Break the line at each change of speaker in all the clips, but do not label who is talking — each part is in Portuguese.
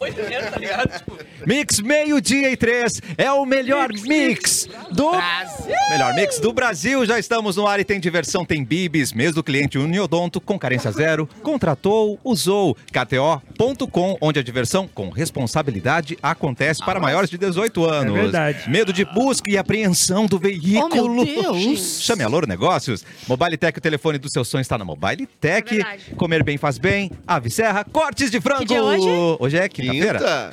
80, tá ligado? Tipo,
Mix meio-dia e três é o melhor mix, do
Brasil.
Melhor mix do Brasil. Já estamos no ar e tem diversão, tem bibis, mês do cliente Uniodonto, com carência zero, contratou, usou. KTO.com, onde a diversão com responsabilidade acontece para maiores de 18 anos.
verdade.
Medo de busca e apreensão do veículo.
Oh, meu Deus.
Chame a Louro Negócios. Mobile Tech, o telefone do seu sonho está na Mobile Tech.
Verdade.
Comer bem faz bem. Ave Serra, cortes de frango.
dia é hoje?
Hoje é quinta-feira.
Quinta.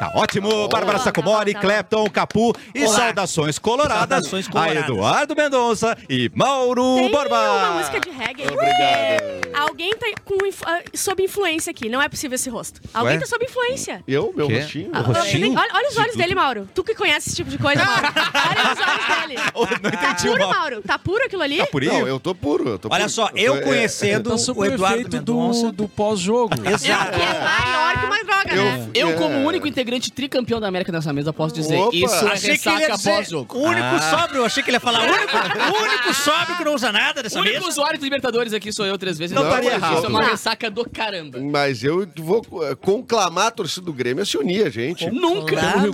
Tá ótimo, Bárbara
tá
Sacomori,
bom, tá bom.
Clepton, Capu e
Olá.
saudações coloradas,
Saudações
a
coloradas.
Eduardo Mendonça e Mauro
Tem
Borba.
uma música de reggae.
Obrigado.
Alguém tá com inf- ah, sob influência aqui. Não é possível esse rosto. Alguém
Ué?
tá sob influência.
Eu, meu
Quê?
rostinho?
O rostinho?
Olha, olha os olhos dele, Mauro. Tu que conhece esse tipo de coisa, Mauro. Olha os olhos dele.
Oh, não
Tá
entendi,
puro,
Mauro.
Mauro? Tá puro aquilo ali?
Tá por
Não,
isso?
eu tô puro. Eu tô
Olha
puro.
só,
tô-
eu
é,
conhecendo
Tá sob
o
o
Eduardo
efeito do,
Mendonça.
do pós-jogo.
Exato.
Que é maior que uma droga, né?
Eu,
Eu, como
é.
único integrante tricampeão da América nessa mesa, posso dizer
Opa!
isso é
Achei que ele
ressaca
ia dizer
pós-jogo.
o único sóbrio, eu achei que ele ia falar o único, o único sóbrio que não usa nada
O
dessa
único
mesa.
usuário de Libertadores aqui sou eu três vezes.
Não
Então,
estaria
Isso
errado.
é uma
Tá.
ressaca do caramba.
Mas eu vou eh, conclamar a torcida do Grêmio a se unir, a gente.
Nunca.
Eu
Ontem,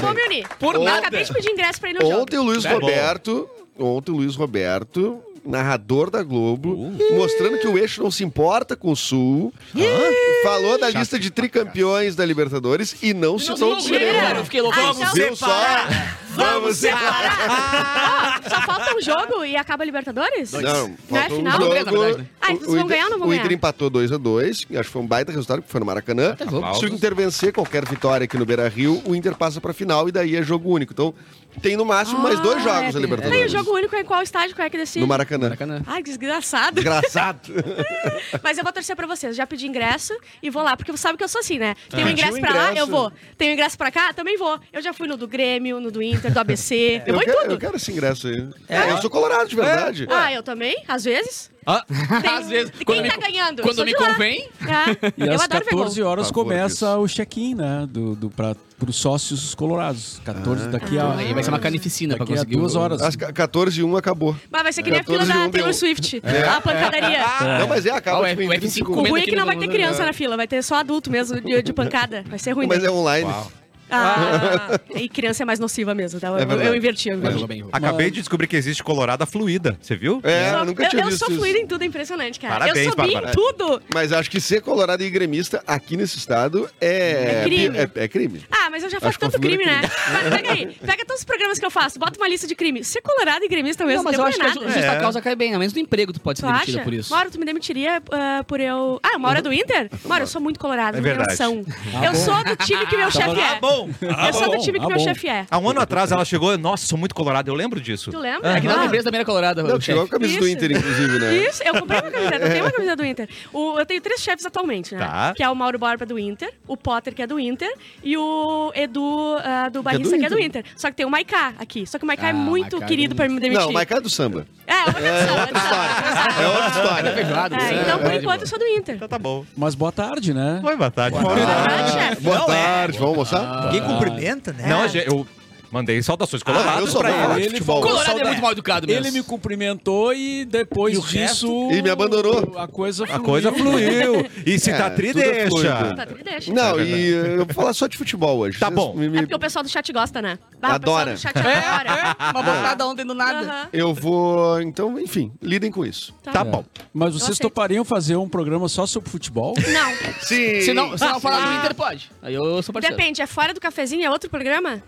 vou me unir.
Por
Tá Eu
nada.
acabei de pedir ingresso pra ir no jogo.
ontem o Luiz Roberto, ontem o Luiz Roberto, narrador da Globo, mostrando que o eixo não se importa com o Sul, falou da lista de tricampeões da Libertadores e não
Não,
citou o
não,
Grêmio.
Eu fiquei louco.
Ah,
Vamos
então-
ver só. Vamos ver.
Ó, só falta um jogo e acaba a Libertadores?
Não,
Não é
faltou um
final?
jogo.
Não, na verdade, né?
Ah, vocês
O-
vão
o Inter-
ganhar ou não vão
O
ganhar? Tá
Inter empatou 2x2, acho que foi um baita resultado, porque foi no Maracanã.
louco.
Se o Inter vencer qualquer vitória aqui no Beira-Rio, o Inter passa pra final e daí é jogo único. Então, tem no máximo mais dois
Ah,
jogos
é,
a Libertadores.
Tem o jogo único em qual estádio? Qual é que decide?
No Maracanã.
Maracanã.
Ai, que desgraçado.
Desgraçado.
Mas eu vou torcer pra vocês. Já pedi ingresso e vou lá, porque você sabe que eu sou assim, né? Tem um
Pediu
ingresso pra lá,
ingresso.
eu vou. Tem um ingresso pra cá, também vou. Eu já fui no do Grêmio, no do Inter, do ABC. Eu
É. eu,
vou em
quero, eu
tudo. É?
quero esse ingresso aí. Eu sou colorado, de verdade.
Ah, eu também, às vezes.
Ah.
Tem-
Às vezes,
Quem
quando
tá
me-
ganhando?
quando
Eu sou
me
de lá.
convém.
É,
E
eu
às
adoro ver gol.
14 horas
Por favor,
começa o check-in, né? Do, do, pra, pros sócios colorados. 14 daqui a.
Aí vai ser uma canificina pra
Daqui a
conseguir.
duas
o-
horas.
Às ca- 14 e 1 acabou.
Mas vai ser que nem a fila
14 e
da
um
Taylor
deu.
Swift. A pancadaria.
Não, mas é,
Ah,
acaba
o
tipo,
F-
em
o
20
F5
O
segundos.
comendo
ruim é
aqui
que não
no-
vai ter criança na fila, vai ter só adulto mesmo, de, de pancada. Vai ser ruim.
Mas
né?
é online.
Ah, e criança é mais nociva mesmo, tá? Eu, eu
verdade.
inverti. Eu, inverti.
Falou bem, Rô.
Acabei de descobrir que existe colorada fluida, você viu?
É,
Sou-
eu nunca tinha
eu, eu
visto
sou
isso.
fluida em tudo, é impressionante, cara.
Parabéns,
eu subi
Bárbara.
em tudo.
Mas acho que ser colorado e gremista aqui nesse estado
É
é...
crime.
é- é crime.
Ah, mas eu já faço
Acho que
tanto
configura
crime, né? Mas pega aí, pega todos os programas que eu faço, bota uma lista de crime. Ser colorado e gremista ao
Não,
mesmo
mas
tempo
eu
não
acho que
é
a
nada.
ju- justa causa cai bem. Ao menos no emprego tu pode
Tu
ser demitida
acha?
por isso.
Mauro, tu me demitiria ah, por eu. Ah, uma hora do Inter? Mauro, eu sou muito colorado,
É
minha
verdade.
noção. eu sou do time que meu chefe é.
Ah, bom. Ah,
eu sou
bom.
do time que
ah,
meu
bom.
chefe é.
Há um ano atrás ela chegou, nossa, sou muito colorada, eu lembro disso.
Tu lembra?
É que
Ah.
não tem empresa da América Colorada.
Não,
o
tirou a
chefe.
camisa do
Isso.
Inter, inclusive, né?
Isso, eu comprei uma camiseta, eu tenho uma camiseta do Inter. O- eu tenho três chefes atualmente, né?
Tá.
Que é o Mauro Borba do Inter, o Potter, que é do Inter, e o Edu ah, do Barrista,
do
que é do Inter. Só que tem o Maiká aqui. Só que o Maiká é
Ah,
muito
Maiká é
querido pra me demitir.
Não, mas cai do samba.
É, é outra pessoa, outra
É outra história.
Feijoada,
pessoa.
isso
É,
é-
então, por
é de
enquanto, eu sou do Inter.
Então tá bom.
Mas boa tarde, né?
Oi, boa tarde.
Ah, chefe.
Boa
Não, é.
tarde, vamos almoçar?
Ninguém cumprimenta, né?
É. Não, gente, eu mandei saudações
Ah, eu
coloradas
sou
pra
mal,
ele.
ele
futebol.
boa. Colorado é
Saudade.
muito mal educado mesmo.
Ele me cumprimentou e depois
E o
disso.
resto? E me abandonou.
A coisa
A
fluiu.
coisa fluiu. E se
É,
tá tri,
tudo é
deixa.
fluido.
Tá, me deixa.
Não, e eh, eu vou falar só de futebol hoje.
Tá
Vocês
bom.
me- me-
É porque o pessoal do chat gosta, né? o
Adora.
pessoal do chat adora.
Uma botada ontem do nada.
Aham.
Eu vou. Então, enfim, lidem com isso.
Tá bom.
Mas vocês
aceito.
topariam fazer um programa só sobre futebol?
Não,
Sim.
Se não, se não falar do Inter, pode. Aí eu sou parceiro.
depende. É fora do cafezinho? É outro programa?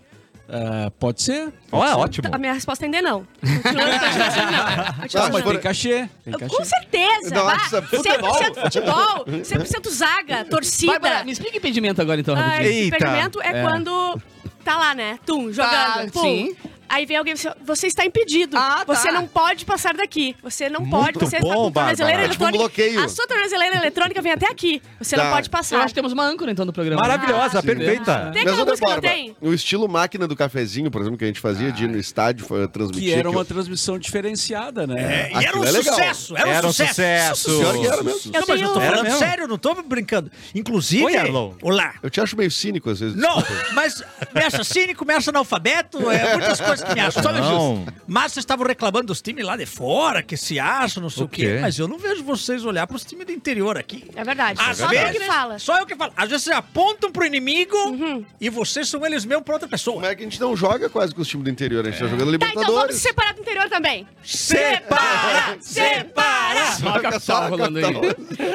É, pode ser.
Ó, é ótimo.
A minha resposta ainda é não. Continua, continua sendo assim, não. Continua
Ah,
Ah,
sendo
mas
mas
não.
tem cachê. Tem cachê.
assim. Com certeza!
Nossa,
Nossa,
futebol.
100% futebol, 100% zaga, torcida.
Bárbara, me explica impedimento agora, então,
Ah,
rapidinho.
esse
Eita.
impedimento é, quando tá lá, né? Tum, jogando.
Tá,
pum.
sim.
Aí vem alguém e diz, você está impedido.
Ah, tá.
Você não pode passar daqui. Você não pode.
Muito
Você
bom,
está com
Bárbara.
tornozeleira
É
tipo um
eletrônica.
bloqueio.
A sua tornozeleira eletrônica vem até aqui. Você
Tá.
não pode
Eu
passar.
acho que temos uma âncora, então, do programa.
Maravilhosa, perfeita.
Tem
Mas,
aquela
outra
música que eu
Barba,
tenho?
O estilo máquina do cafezinho, por exemplo, que a gente fazia de ir no estádio foi transmitir.
Que era
que eu-
uma transmissão diferenciada,
É,
né?
e era um
Aquilo é legal.
sucesso, era, um sucesso.
Pior que era mesmo.
Eu
Não, mas eu tô
tenho-
Era
falando
mesmo.
sério, não tô brincando. Inclusive,
Oi, Erlon.
olá.
Eu te acho meio cínico às vezes.
Não, mas começa cínico, começa analfabeto, é muitas coisas. que me acham. Só me
Não.
diz. Mas vocês estavam reclamando dos times lá de fora, que se acham, não sei o,
O
quê.
quê?
Mas eu não vejo vocês olhar pros times do interior aqui.
É verdade.
Às
Só
vezes,
tu que Uhum. fala.
Só eu que falo. Às vezes vocês apontam pro inimigo e vocês são eles mesmos pra outra
Como
pessoa.
é que a gente não joga quase com os times do interior? A gente tá jogando
Tá, então vamos
Libertadores.
separar do interior também.
Separa! Separa!
Só a
tá
capital rolando aí.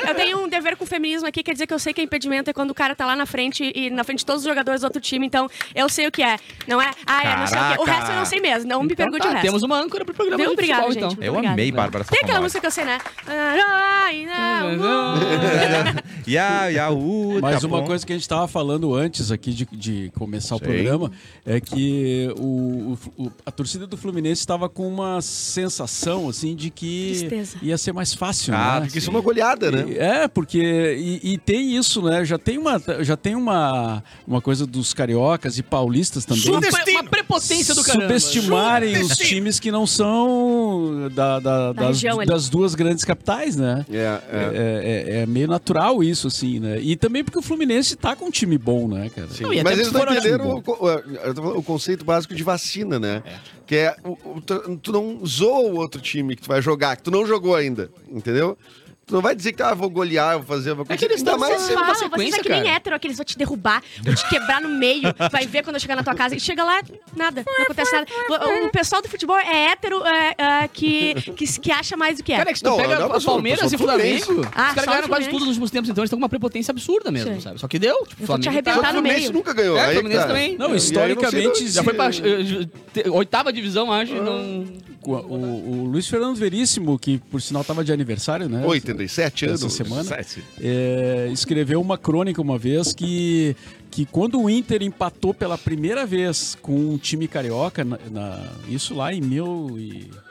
Eu tenho um dever com o feminismo aqui, quer dizer que eu sei que impedimento é quando o cara tá lá na frente e na frente de todos os jogadores do outro time, então eu sei o que é. Não é? Ah, é, não sei o que. O
Caraca.
resto eu não sei mesmo, não me pergunte
Então
o
tá,
resto.
Temos uma âncora pro programa.
Deu,
de
obrigado,
futebol,
gente.
então.
Eu
Obrigada.
amei, Bárbara. essa
Tem aquela
famosa.
música que eu sei, né? Ai, não.
Ia, ia, uh,
Mas
tá
uma
bom.
coisa que a gente estava falando antes aqui de, de começar
Sim.
o programa é que o, o- o- a torcida do Fluminense estava com uma sensação assim de que
Tristeza.
ia ser mais fácil,
Ah,
né?
Porque isso é uma goleada, né?
E- É, porque. E, e tem isso, né? Já tem uma, já tem uma, uma coisa dos cariocas e paulistas também.
Uma,
Sudeste-
pre- uma prepotência do caramba.
Subestimarem os
Sudeste-
times que não são da-
Da
da- das,
região ali.
das duas grandes capitais, né?
É, é.
É, é- é meio natural isso, assim, né? E também porque o Fluminense tá com um time bom, né, cara?
Não, e até
Mas eles não
foram-
entenderam o, co- eh, eu tô falando, o conceito básico de vacina, né? Que é, o- o- tu, tu não zoa o outro time que tu vai jogar, que tu não jogou ainda, entendeu? Tu não vai dizer que, ah, vou golear, vou fazer... Vou...
É que eles
Ainda
tão
mais
sendo
se- tá
uma
Fala, você
sequência,
é que nem
cara.
hétero, aqueles vão te derrubar, vão te quebrar no meio, vai ver quando eu chegar na tua casa. E chega lá, nada, não acontece nada. O, o pessoal do futebol é hétero é, é, que, que, que acha mais do que é.
Cara, é que se tu
Não,
pega
não,
o
mas sou-
Palmeiras
sou
e Flamengo,
Fluminense.
os
Ah, só
caras ganharam
o
quase
Fluminense.
tudo nos últimos tempos, então eles estão com uma prepotência absurda mesmo,
Sim.
sabe? Só que deu. Tipo,
Eu vou te
Flamengo
Só que
arrebentar
o
no meio.
Fluminense nunca ganhou.
É,
aí
o
que
Fluminense
tá.
também.
Não,
E aí eu sei
historicamente,
do-
Já foi pra eh, eh, oitava divisão, acho, e não...
O, o- o Luiz Fernando Veríssimo, que por sinal tava de aniversário, né?
87
essa
anos.
semana,
Sete.
é, escreveu uma crônica uma vez que, que quando o Inter empatou pela primeira vez com um time carioca, na- na- isso lá em mil e
Ah.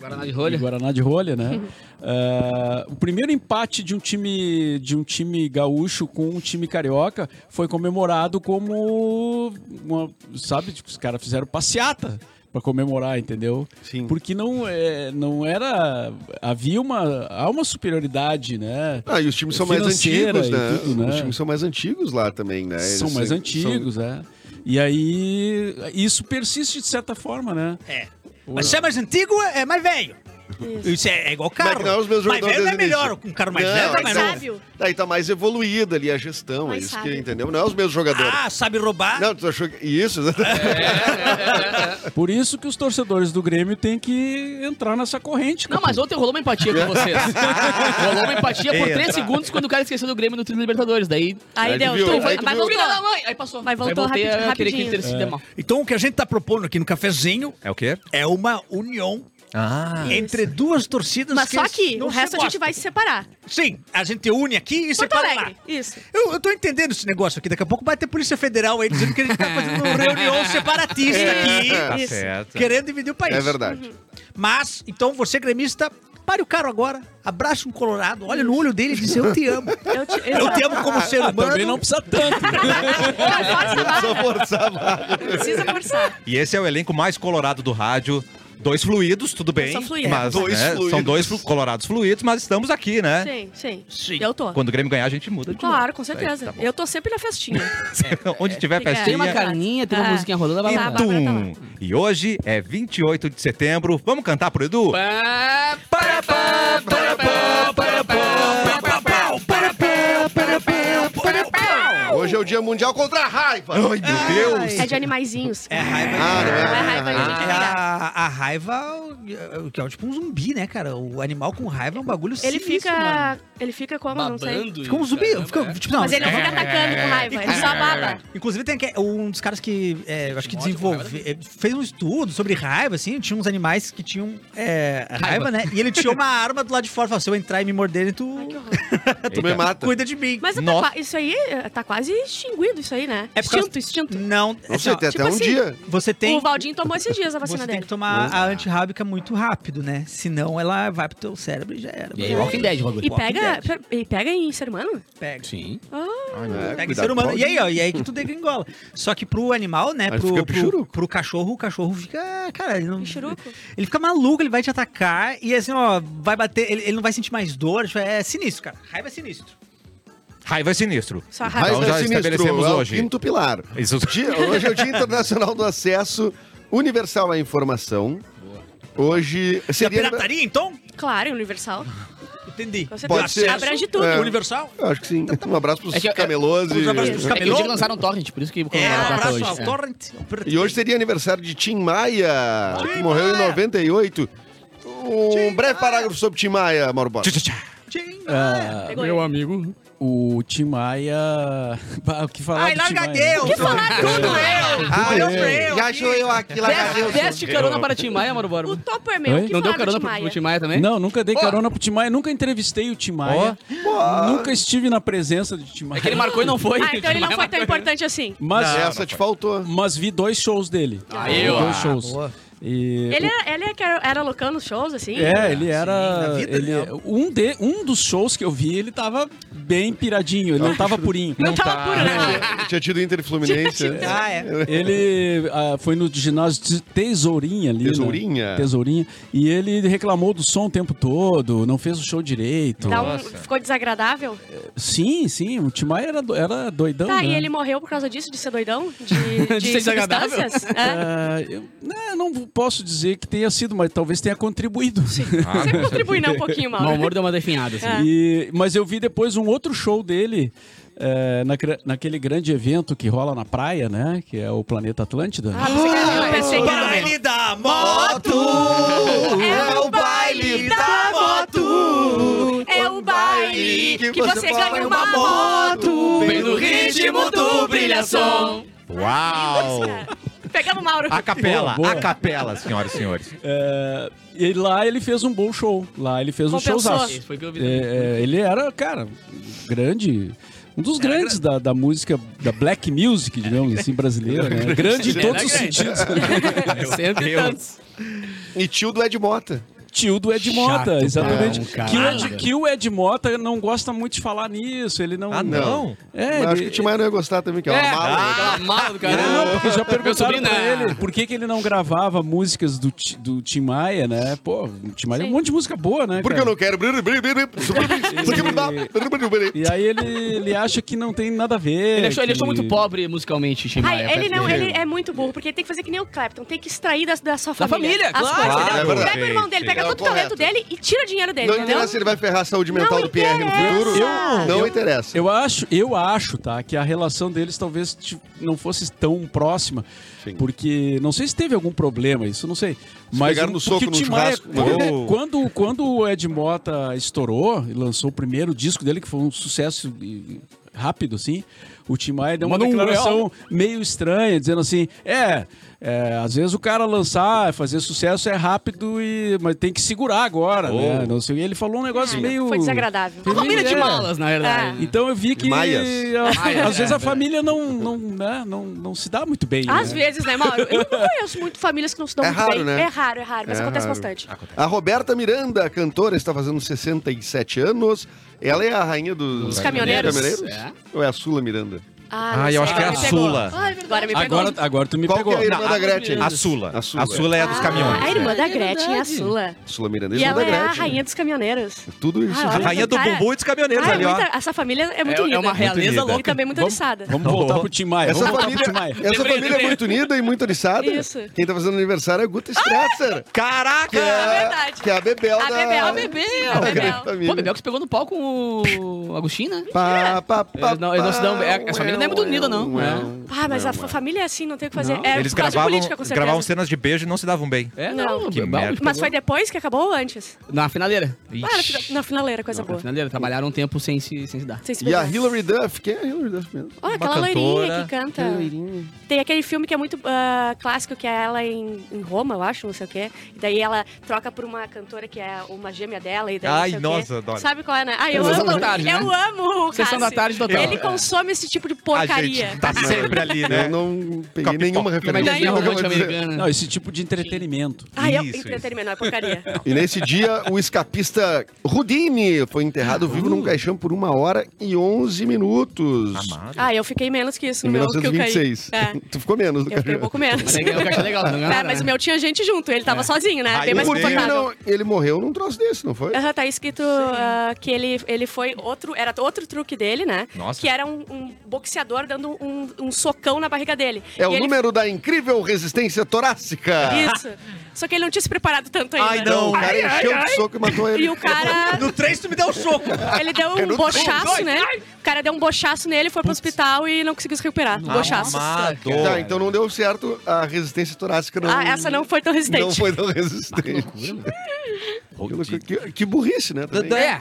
Guaraná de
E
rolha.
Guaraná de rolha, né? Ah, o primeiro empate de um time de um time gaúcho com um time carioca foi comemorado como uma, sabe, tipo, os caras fizeram passeata para comemorar, entendeu?
Sim.
Porque não é, não era havia uma há uma superioridade, né?
Ah, e os times são mais
Financeira
antigos,
e
né?
tudo, né?
Os times são mais antigos lá também, né? Eles
são mais
são-
antigos, né? E aí isso persiste de certa forma, né?
É. Mas se é mais antigo, é mais velho. Isso é, é igual carro.
Mas não, os meus
mais
jogadores
velho é
desde o
melhor.
início.
Um carro mais
Não,
velho é
mas
mais
não.
novo.
Sábio.
Daí tá mais evoluída ali a gestão,
Mais
é isso
sábio.
que entendeu? Não é os mesmos jogadores.
Ah, sabe roubar.
Não, tu achou que... Isso,
Por isso que os torcedores do Grêmio têm que entrar nessa corrente.
Não,
Capu.
mas ontem rolou uma empatia com vocês. rolou uma empatia por três segundos quando o cara esqueceu do Grêmio no Tri Libertadores. Daí.
Aí
Aí
deu.
viu,
Tu,
aí
vai,
tu
mas
viu.
voltou.
Filha da mãe! Aí passou.
Mas voltou
Aí voltei
rapi-
a querer que
rapidinho.
ele
É.
se dê mal.
Então o que a gente tá propondo aqui no cafezinho
É o quê?
é uma união
Ah.
entre duas torcidas
Mas
que
só
eles
que
não
o
se
resto a gente
gostam.
vai se separar.
Sim, a gente une aqui e
Porto
separa lá.
Alegre. Isso.
Eu, eu tô entendendo esse negócio aqui. Daqui a pouco vai ter Polícia Federal aí dizendo que a gente tá fazendo uma reunião separatista
É.
aqui,
Tá
Isso.
certo.
querendo dividir o país.
É
Uhum.
verdade.
Mas, então, você gremista, pare o carro agora, abraça um colorado, olha no olho dele e diz, eu te amo.
Eu te, eu,
Eu te amo como ser
Ah, também não
humano.
precisa tanto.
Não, força a barra,
Só forçava.
precisa forçar.
E esse é o elenco mais colorado do rádio. Dois fluidos, tudo bem.
São fluidos.
Mas,
Dois
né,
fluidos.
São dois flu- colorados fluidos, mas estamos aqui, né?
Sim, sim,
Sim.
Eu tô.
Quando o Grêmio ganhar, a gente muda de
Claro,
novo.
com
Aí,
certeza. É,
tá bom.
eu tô sempre na festinha.
Onde tiver
Fica-
festinha...
Tem uma carninha, tem uma
Ah.
musiquinha rolando. Vai
E,
lá.
Tá. Bárbara
tum. e hoje é 28 de setembro. Vamos cantar pro Edu?
Pá,
Para, pá, para, pá, para, pá, para, pá, para, pá, para, pá, para, pá.
Ah,
Hoje é o Dia Mundial contra a Raiva.
Ai, meu Deus!
É de animaizinhos.
É a raiva.
Ah, não
Não é
é?
raiva, não tem que
É
pegar.
a, a raiva, é, que é tipo um zumbi, né, cara? O animal com raiva é um bagulho
Ele
sinistro, mano.
fica. Ele fica como? Não sei.
Fica um zumbi. Fica, tipo, não,
Mas ele não fica atacando com raiva, ele só baba.
Inclusive, tem aquele- um dos caras que é, eu acho que desenvolveu. é, Fez um estudo sobre raiva, assim. Tinha uns animais que tinham é, raiva, né? E ele tinha uma arma do lado de fora. Falou: se eu entrar e me morderem, tu
Ai, que horror.
Tu me mata.
cuida de mim.
Mas tá
Nossa.
qua- isso aí eh, tá quase extinguido, isso aí, né?
É por causa-
Extinto, extinto.
Não,
Não
assim,
sei,
ó,
tem
tipo
até um
assim,
dia.
você tem.
O Valdinho tomou esses dias a vacina
Você tem
dele.
que tomar a antirrábica muito rápido, né? Senão ela vai pro teu cérebro e já era.
E aí, Walking Dead, o bagulho.
E pega, per- e pega em ser humano?
Pega.
Sim.
É,
Pega
cuidado
ser humano.
com
E aí, ó, e aí que tu degringola. Só que pro animal, né?
Aí
Pro,
fica
pro,
pichuruco.
pro cachorro, o cachorro fica. Cara, ele não.
Pichuruco.
Ele fica maluco, ele vai te atacar e assim, ó, vai bater. Ele, ele não vai sentir mais dor. tipo, É sinistro, cara. Raiva é sinistro.
Raiva é sinistro.
Só raiva.
Raiva
Então já
é sinistro,
estabelecemos
é o
hoje.
Quinto pilar.
Isso-
Dia- hoje é o Dia Internacional do Acesso Universal é a informação. Hoje seria...
é pirataria, então?
Claro, é universal.
Entendi.
Com certeza.
Pode ser.
Abrange tudo.
É.
Universal?
Eu Acho que sim. Um abraço pros
É que eu-
camelôs
Um abraço pros
e...
É que o
Cabelou?
dia lançaram um torrent, por isso que
É,
comemoraram
um
data
abraço ao
hoje. É.
Torrent.
E hoje seria aniversário de Tim Maia, que morreu em 98. Um breve parágrafo sobre Tim Maia, Mauro Borges.
Sim. é.
Ah,
É.
Pegou
meu
ele.
amigo, o Tim Maia. Bah, O que falar
Ai,
do Tim
larga
Maia?
eu.
Que falar tudo é eu.
Ah,
Olha pra
eu,
eu
já
aqui.
achou eu aqui,
Veste-
Lagardeus.
Veste carona para Tim Maia, Mauro
O
Borba.
Topper, meu.
Oi?
Que
Não
falar
deu
do Tim
carona pro pro
Maia?
Tim Maia também?
Não, nunca dei
Ó.
carona pro Tim Maia, nunca entrevistei o Tim Maia. Nunca estive na presença do Tim Maia.
É que ele marcou e não foi.
Ah, então ele não
Tim
foi
Maia
tão
marcou.
importante assim.
Mas,
Essa te faltou.
mas vi dois shows dele.
Aí,
Vi
ó.
dois shows.
boa.
E
Ele, era, ele é que era, era loucão nos shows, assim?
É, ele era.
na vida,
ele,
né?
um, de, um dos shows que eu vi, ele tava bem piradinho, ele não tava purinho.
Não tava puro, né?
Tinha tido Inter e Fluminense. né?
Ah, é.
Ele ah, foi no ginásio de Tesourinha ali. né?
Tesourinha?
Tesourinha. E ele reclamou do som o tempo todo, não fez o show direito.
Dá um- ficou desagradável.
Sim, sim, o Timai era, do- era doidão.
Tá, e
né?
ele morreu por causa disso, de ser doidão? De,
De ser desagradável?
substâncias? É.
Ah, eu né, não posso dizer que tenha sido, mas talvez tenha contribuído.
Sempre contribui, né, um pouquinho,
Mau
Mauro?
humor deu uma definhada,
É.
assim.
E- mas eu vi depois um outro show dele eh, naquele- naquele grande evento que rola na praia, né? Que é o Planeta Atlântida.
Ah, você quer eu pensei que era
Baile da moto!
É o baile da
moto!
É o é baile que, você ganha uma moto.
Bem no ritmo do brilhação.
Uau!
é Pegamos o Mauro.
A capela,
Boa, boa.
a capela, senhoras e senhores.
Eh, e lá ele fez um bom show. Lá ele fez um
Compensou.
showzaço.
Esse foi o que eu vi. também.
É, é, ele era, cara, grande. Um dos grandes da, da música, da black music, digamos assim, brasileira. Né? Grande em
Ele era
todos os
grande.
sentidos. né?
Cento e tantos.
E tio do Ed Mota.
Tio do Ed Mota,
Chato
exatamente.
pra um
que, o
caralho,
Ed,
velho.
que o Ed Mota não gosta muito de falar nisso. Ele não.
Ah, não?
É,
Mas acho que
ele-
o Tim Maia não ia gostar também, que é uma mala.
aquela mala do tá cara.
Não, porque já
Meu
perguntaram
sobrinho,
pra
né?
ele por que, que ele não gravava músicas do, Ti- do Tim Maia, né? Pô, o Tim Maia tem um
Sim.
monte de música boa, né?
Porque eu
cara?
não quero.
E aí ele, ele acha que não tem nada a ver.
Ele achou, ele
que-
achou muito pobre musicalmente, Tim
Ai,
Maia.
ele
parece.
não, ele é muito burro, porque tem que fazer que nem o Clapton, tem que extrair da, da sua
Da
família.
família, claro.
coisas, entendeu?
Claro,
Pega o irmão dele, pega
É o
todo o talento
correto.
dele e tira o dinheiro dele,
Não
entendeu?
interessa se ele vai ferrar a saúde mental
Não
do Pierre no futuro.
interessa.
não
Eu-
interessa.
Eu acho, eu acho, tá, que a relação deles talvez ti- não fosse tão próxima, porque não sei se teve algum problema, isso não sei. Mas
pegaram
o-
no
porque
soco
o
no
Tim Maia,
churrasco,
né?
quando, é, quando quando o Ed Mota estourou e lançou o primeiro disco dele que foi um sucesso e- rápido assim, o Tim Maia deu uma
Mano, um
declaração
né?
meio estranha, dizendo assim: é, é, às vezes o cara lançar, fazer sucesso é rápido, e, mas tem que segurar agora,
Oh.
né? Não sei, o quê." ele falou um negócio meio.
Foi desagradável.
Foi
Uma família de
né?
É.
malas, na verdade.
Então eu vi que
Maias.
a- às vezes a família não, não, né, não, não se dá muito bem.
Às
né?
vezes, né, Mauro? Eu não conheço muito famílias que não se dão
É
muito
raro,
bem.
né?
É raro, é raro, mas
É
acontece
raro.
bastante.
A Roberta Miranda, a cantora, está fazendo 67 anos. Ela é a rainha dos
Dos caminhoneiros.
caminhoneiros? Ou é a Sula Miranda?
Ah,
Ah, eu acho que é a
agora me pegou.
Sula.
Ah, é verdade. Agora me pegou.
Agora, agora tu me
Qual
pegou.
que é a irmã
Não,
da
a-
Gretchen?
A Sula.
A Sula.
A Sula é a dos
Ah, a
caminhões.
irmã da Gretchen é a Sula.
Sula Miranda
E
irmã
ela
da
é a
Gretchen.
rainha dos caminhoneiros.
Tudo isso.
Ah, olha.
Rainha do
Cara,
bumbum e dos caminhoneiros
Ah, é
ali, ó.
muita- essa família é muito
É- é
unida.
uma realeza
unida.
E
louca.
também muito oriçada.
Vamos voltar pro Tim Maia.
Essa
Vamos voltar pro
família,
Tim Maia.
essa
Lembrei,
família é
lembrei.
muito unida e muito oriçada.
Isso.
Quem tá fazendo aniversário é a Guta Stresser.
Caraca!
que, é,
verdade.
que é a Bebel é
A
da...
Bebel. A
da
A Bebel.
Bebel.
grande
Pô,
família.
Bebel que se pegou no pau com o Agostinho, né?
Pá, pá, pá,
Eles não- eles não se dão bem. É, essa família não é muito unida, não.
É.
Ah, mas a fa- família é assim, não tem o que fazer.
Não.
É
Eles
por causa de
gravavam,
política, com certeza.
gravavam cenas de beijo e não se davam bem.
É,
Não,
não.
que
Bebel
merda.
Mas foi depois que acabou ou antes?
Na finaleira.
Ah, na fina- na finaleira, coisa
Não, na
boa.
finaleira. Trabalharam um tempo sem se, sem se dar.
Sem se
E a
beijar.
Hilary Duff, quem é a Hilary Duff mesmo?
Olha, aquela loirinha
cantora.
que canta. Tem aquele filme que é muito ah, clássico, que é ela em, em Roma, eu acho, não sei o quê. E daí ela troca por uma cantora que é uma gêmea dela. E daí
Ai,
não sei o
nossa,
quê.
adoro.
Sabe qual é, né? Ai, eu
Sessão
amo.
da tarde, né?
eu amo o
Sessão da
Cassi.
tarde total.
Ele consome esse tipo de porcaria.
A gente tá sempre ali, né?
Eu não peguei
Capitão.
nenhuma referência. é
Imagina
eu
uma
vou
noite
dizer.
americana.
Não, esse tipo de entretenimento.
Ai, é
Isso, isso.
entretenimento, não é porcaria.
E nesse dia, o escapista Rudini foi enterrado vivo num caixão por uma hora e 11 minutos.
Amado.
Ah, eu fiquei menos que isso
Em
no meu que eu caí.
1926.
É,
Tu ficou menos do
eu fiquei um
caixão.
pouco menos.
Mas aí ganhou o caixa legal, não ganhou
É,
nada,
mas o
né?
meu tinha gente junto, ele
É.
tava sozinho, né?
Ai,
Bem mais
O Rudini
confortável.
não, ele morreu num troço desse, não foi?
Aham, tá ah, escrito ah, que ele, ele foi outro. Era outro truque dele, né?
Nossa.
Que era um, um boxeador boxeador dando um, um socão na barriga dele.
É o
E ele-
número da incrível resistência torácica.
Isso. Só que ele não tinha se preparado tanto ainda.
Ai, não, o cara encheu de soco e matou ele.
E o cara.
No 3 tu me deu um soco.
Ele deu
Eu
um
não-
bochaço,
Um, dois,
né? O cara deu um bochaço nele, foi pro hospital e não conseguiu se recuperar. do bochaço.
Amado.
Tá, então não deu certo. A resistência torácica não.
Ah, essa não foi tão resistente. Ah,
Não foi tão resistente. Que loucura. que, que burrice, né? também.
É.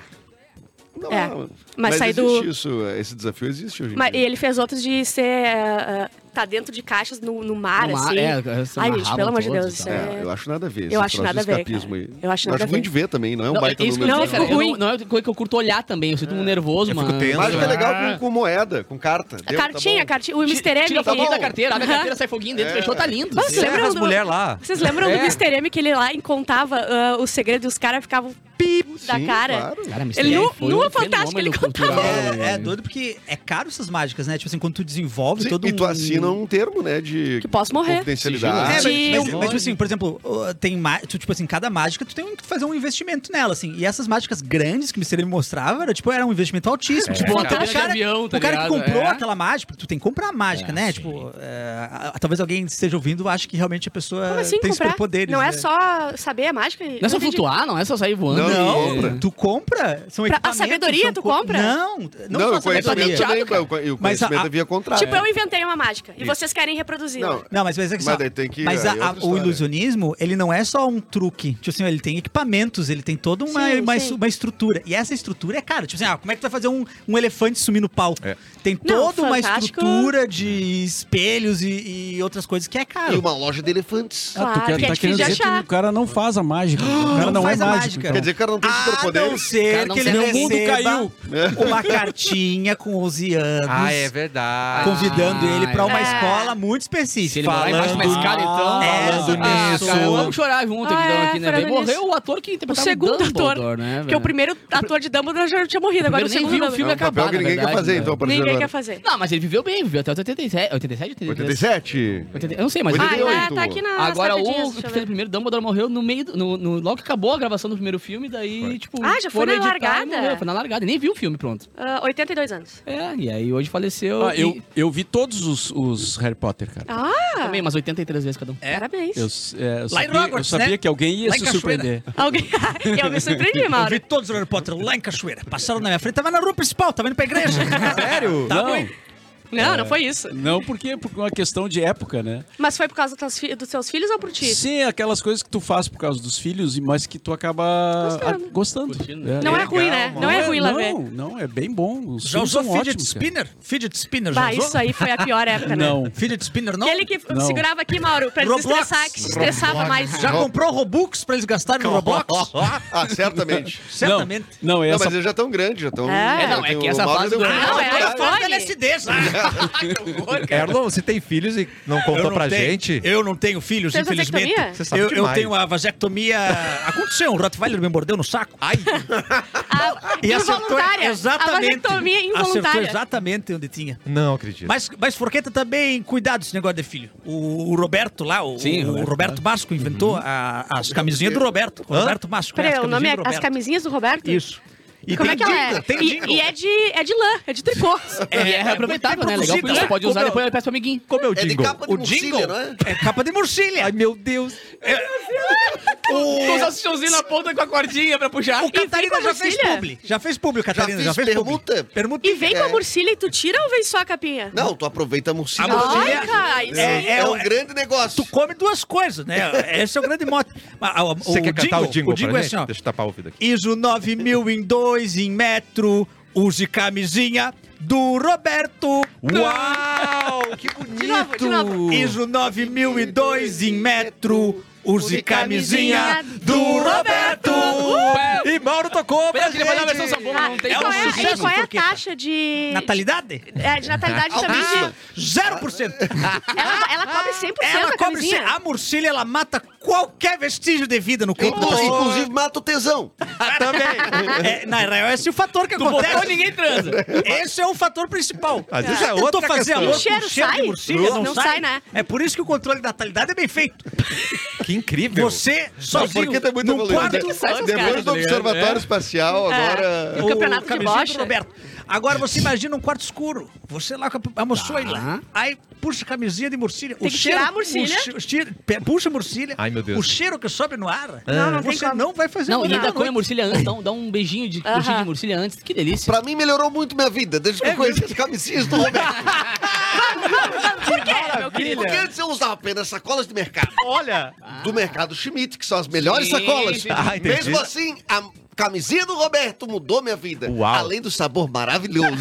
Não,
É.
não.
Mas sai do-
existe isso, esse desafio existe hoje. em
Mas, e
dia.
ele fez outros de ser. eh, eh, tá dentro de caixas no, no mar,
No mar,
assim.
é, essa
Ai,
amarrava
gente, pelo amor de
todos
Deus.
e
Isso
tal.
É,
é...
eu acho nada a ver. esse
Eu acho
troço
nada a
de
ver,
escapismo
cara.
aí.
Eu acho nada a
ruim
ver.
de ver também, não é um
Não, é
baita
isso que eu
número.
Não,
não, cara,
ficou
eu
ruim.
não, não é uma coisa que eu curto olhar também, eu fico nervoso,
Eu fico
mano.
tenso.
Mas
Não,
foi
é.
legal com, com moeda, com carta. Deu, tá
Cartinha,
bom.
cartinha. O Mr. M.
tá
Tira a
ele-
foguinho da carteira, abre a carteira, sai foguinho dentro, fechou, tá lindo.
Mas
Sim.
você lembra
as
do-
mulheres lá.
Vocês lembram do Mr. M que ele lá contava ah, o segredo e os caras ficavam pi da
Sim,
cara?
claro.
Cara, Mr.
Ele
F
nu-
foi
nua
um
fantástica,
fenômeno
ele contava.
cultural,
É, é
né?
doido porque é caro essas mágicas, né? Tipo assim, quando tu desenvolve
Sim,
todo
e tu
um-
assina um termo, né, de
Que posso morrer.
confidencialidade.
É,
Sigilo,
né?
mas,
Sim.
mas- mas, tipo assim, por exemplo, uh, tem ma- tu, tipo assim, cada mágica tu tem que fazer um investimento nela, assim. E essas mágicas grandes que o Mr. me mostrava, era, tipo, era um investimento altíssimo.
É.
Tipo,
Uma
até
cabine de avião, tá
o cara que
ligado?
comprou
É.
aquela mágica, tu tem que comprar a
Ah,
mágica, né? Tipo, é, a- a- talvez alguém esteja ouvindo ache que realmente a pessoa
Como assim
Ah, tem
comprar?
superpoderes.
não é
né?
só saber a mágica?
Não é só
entendi.
flutuar, não é só sair voando.
Não,
É.
Não, tu compra. São
Pra- a
equipamentos,
sabedoria
são
tu
co-
compra?
Não, não,
Não,
só
o conhecimento
sabedoria.
também.
cara.
o- O
Mas a-
conhecimento via contrário.
Tipo, eu inventei uma mágica e
Isso.
vocês querem reproduzir.
Não,
Não, mas, mas, é que
Mas
só-
daí tem que-
mas
aí
a-
é outra
a- o
história.
ilusionismo, ele não é só um truque. Tipo assim, ele tem equipamentos, ele tem toda uma,
Sim,
uma,
sim.
uma estrutura. E essa estrutura é cara. Tipo assim, ah, como é que tu vai fazer um, um elefante sumir no palco?
É.
Tem
Não,
toda uma
fantástico.
estrutura de espelhos e, e outras coisas que é
E
caro.
uma loja de elefantes.
Ah,
Claro,
tu quer,
que é
tá
difícil
querendo
de
dizer
achar.
que o cara não faz a mágica. O cara não,
faz
é
a
mágico.
mágica.
então.
Quer dizer, o cara não tem
A Ah, não
superpoder.
ser
Cara, não
que ele
sei.
Meu mundo
receba
caiu.
uma cartinha com 11 anos.
Ah, é verdade.
Convidando
Ah,
ele pra uma
é.
escola muito específica.
Se ele morar embaixo de uma escada, então.
É,
falando
Ah,
nisso.
cara, vamos chorar junto aqui,
Ah,
então,
é,
aqui né?
falando
velho? Morreu
nisso.
o ator que
O
interpretava
segundo
tá Dumbledore,
ator.
né?
Porque o primeiro ator de Dumbledore já tinha morrido, agora o
nem
segundo
vi o
Dumbledore.
filme
É um
acabar,
papel que
na
ninguém quer
verdade,
fazer,
né?
então, por
Ninguém
exemplo.
quer fazer.
Não, mas ele viveu bem, viveu até 87, 87, 83.
87?
80, eu não sei, mas
Ah,
ele
88.
tá, tá aqui na
Agora o
né?
que fez o primeiro Dumbledore morreu no meio do, no, no- logo que acabou a gravação do primeiro filme, daí, tipo.
Ah, já foi na
foram editar e
largada?
morreu, Foi na largada, nem viu o filme, pronto.
Ah, 82 anos.
É, e aí hoje faleceu.
Ah, eu,
e-
eu vi todos os, os Harry Potter, cara.
Ah,
Também, mas 83 vezes cada um.
parabéns.
Eu, s- é, eu
Lá em
sabia, eu
Hogwarts,
sabia
né?
que alguém ia
Lá em
se
Cachoeira.
surpreender.
Alguém... eu me surpreendi,
Eu
Mauro.
vi todos os Harry Potter lá em Cachoeira. Passaram na minha frente, tava na rua principal, tava indo pra igreja.
Sério?
Tá
não,
bom.
Não, não foi isso.
não porque é por uma questão de época, né?
Mas foi por causa dos teus, fi- dos seus filhos ou por ti?
Sim, aquelas coisas que tu faz por causa dos filhos, e- mas que tu acaba a-
Gostando.
gostando.
Curtindo.
Não é ruim, né? Não é ruim lá
não,
ver.
Não, é bem bom. Os
Já
filmes
usou
são
fidget
ótimos, cara.
spinner? Fidget spinner já
Bah,
usou?
isso aí foi a pior época, né?
Não.
Fidget spinner não?
Aquele que
Não.
segurava aqui, Mauro, pra
Roblox.
desestressar, que se estressava mais.
Já comprou um Robux pra eles gastarem no Roblox?
Ah, certamente.
Certamente.
Não, não é
Não,
essa.
mas eles já estão grandes, já estão.
É. É,
não, é que essa fase do-
Ah,
Não, é
agora
iPhone.
fora da LSD, já.
Erlon, você tem filhos e não contou pra
tenho,
gente?
Eu não tenho filhos,
Tem
infelizmente.
vasectomia? Você
sabe
eu, eu
demais.
tenho a vasectomia. Aconteceu, um Rottweiler me mordeu no saco. Ai,
A, involuntária. A
tá. exatamente.
vasectomia é
Acertou
involuntária.
exatamente onde tinha.
Não acredito.
Mas, mas Forqueta também, cuidado desse negócio de filho. O, o Roberto lá, o,
Sim,
o
Roberto.
Roberto, Basco inventou a- as camisinhas do Roberto. O Roberto Basco.
Peraí,
as
o nome é
camisinhas do
As
Roberto.
Camisinhas do Roberto?
Isso. E
Como
tem
é que ela
jingle,
é?
Tem
E,
jingle.
e é, de, é de lã, é de tricô.
É, é aproveitável, né? Legal, porque
produzida,
você pode usar
como
depois ele peça pro amiguinho.
como eu
É de
digo?
capa de
O
murcilha,
jingle
não é?
é capa de É. murcilha.
Ai, meu Deus.
Com o salsichãozinho na ponta com a cordinha pra puxar.
O Catarina
vem com a
já fez
murcilha.
publi. Já fez publi, Catarina.
fiz
Já fez publi.
permuta.
Permuta.
E vem com a
É.
murcilha e tu tira ou vem só a capinha?
Não, tu aproveita a murcilha.
A murcilha-
Ai, cara, aí sim.
É,
É,
é o-
um grande negócio.
Tu come duas coisas, né? Esse é o grande mote. Mas, ah, O,
Você quer cantar o jingle
O jingle
pra
é
gente?
assim, ó.
Deixa eu tapar o ouvido aqui.
ISO 9000 em 2 em metro. Use camisinha do Roberto.
Uau! Que
De novo, de novo.
ISO 9002 em metro. Use camisinha do Roberto.
E Mauro tocou pra
Peraí, queria fazer uma versão
gente.
sambona, não tem
é um
qual
como.
é, a-
sucesso,
qual é a
Forqueta.
taxa de...
Natalidade?
É, de natalidade também. né?
Altíssima.
0%.
Ela, ela cobre 100%
Ela
a
cobre Ah,
camisinha.
a murcilha, ela mata qualquer vestígio de vida no corpo.
Inclusive, inclusive mata o tesão.
Ah, Também.
É, na real, esse é o fator que
Do botão
acontece.
ninguém transa.
Esse é o fator principal.
Mas isso é
Tentou
outra
fazer
questão.
amor
E o cheiro
com cheiro
sai?
de murcilha, não,
Não
sai.
sai, né?
É por isso que o controle da natalidade é bem feito.
Que incrível.
Você,
Não,
sozinho,
porque tá muito
assim, num
evoluído.
quarto...
que sai essas
Depois
caras,
do
tá ligado?
observatório
É.
espacial,
É.
agora...
O campeonato de
camiseta
bocha.
do Roberto. Agora você imagina um quarto escuro. Você lá com a moçoila. Aí puxa a camisinha de murcilha.
Tá. Tem que tirar a murcilha.
o che- o cheiro- pe- puxa a murcilha.
Ai, meu Deus.
O cheiro que sobe no ar.
Não, não tem
você
como.
não vai fazer
Não, e
nada
ainda
à
come a
noite.
murcilha antes, dá um, dá um beijinho de
Aham.
coxinha de murcilha antes. Que delícia.
Pra mim melhorou muito minha vida, desde que eu conheci as camisinhas do Roberto.
Por quê, meu querido?
Porque antes eu usava apenas sacolas de mercado.
Olha!
Do mercado Schmidt, que são as melhores
Sim,
sacolas.
entendi.
Ah, entendi.
Mesmo assim, a camisinha do Roberto mudou minha vida.
Uau.
Além do sabor maravilhoso.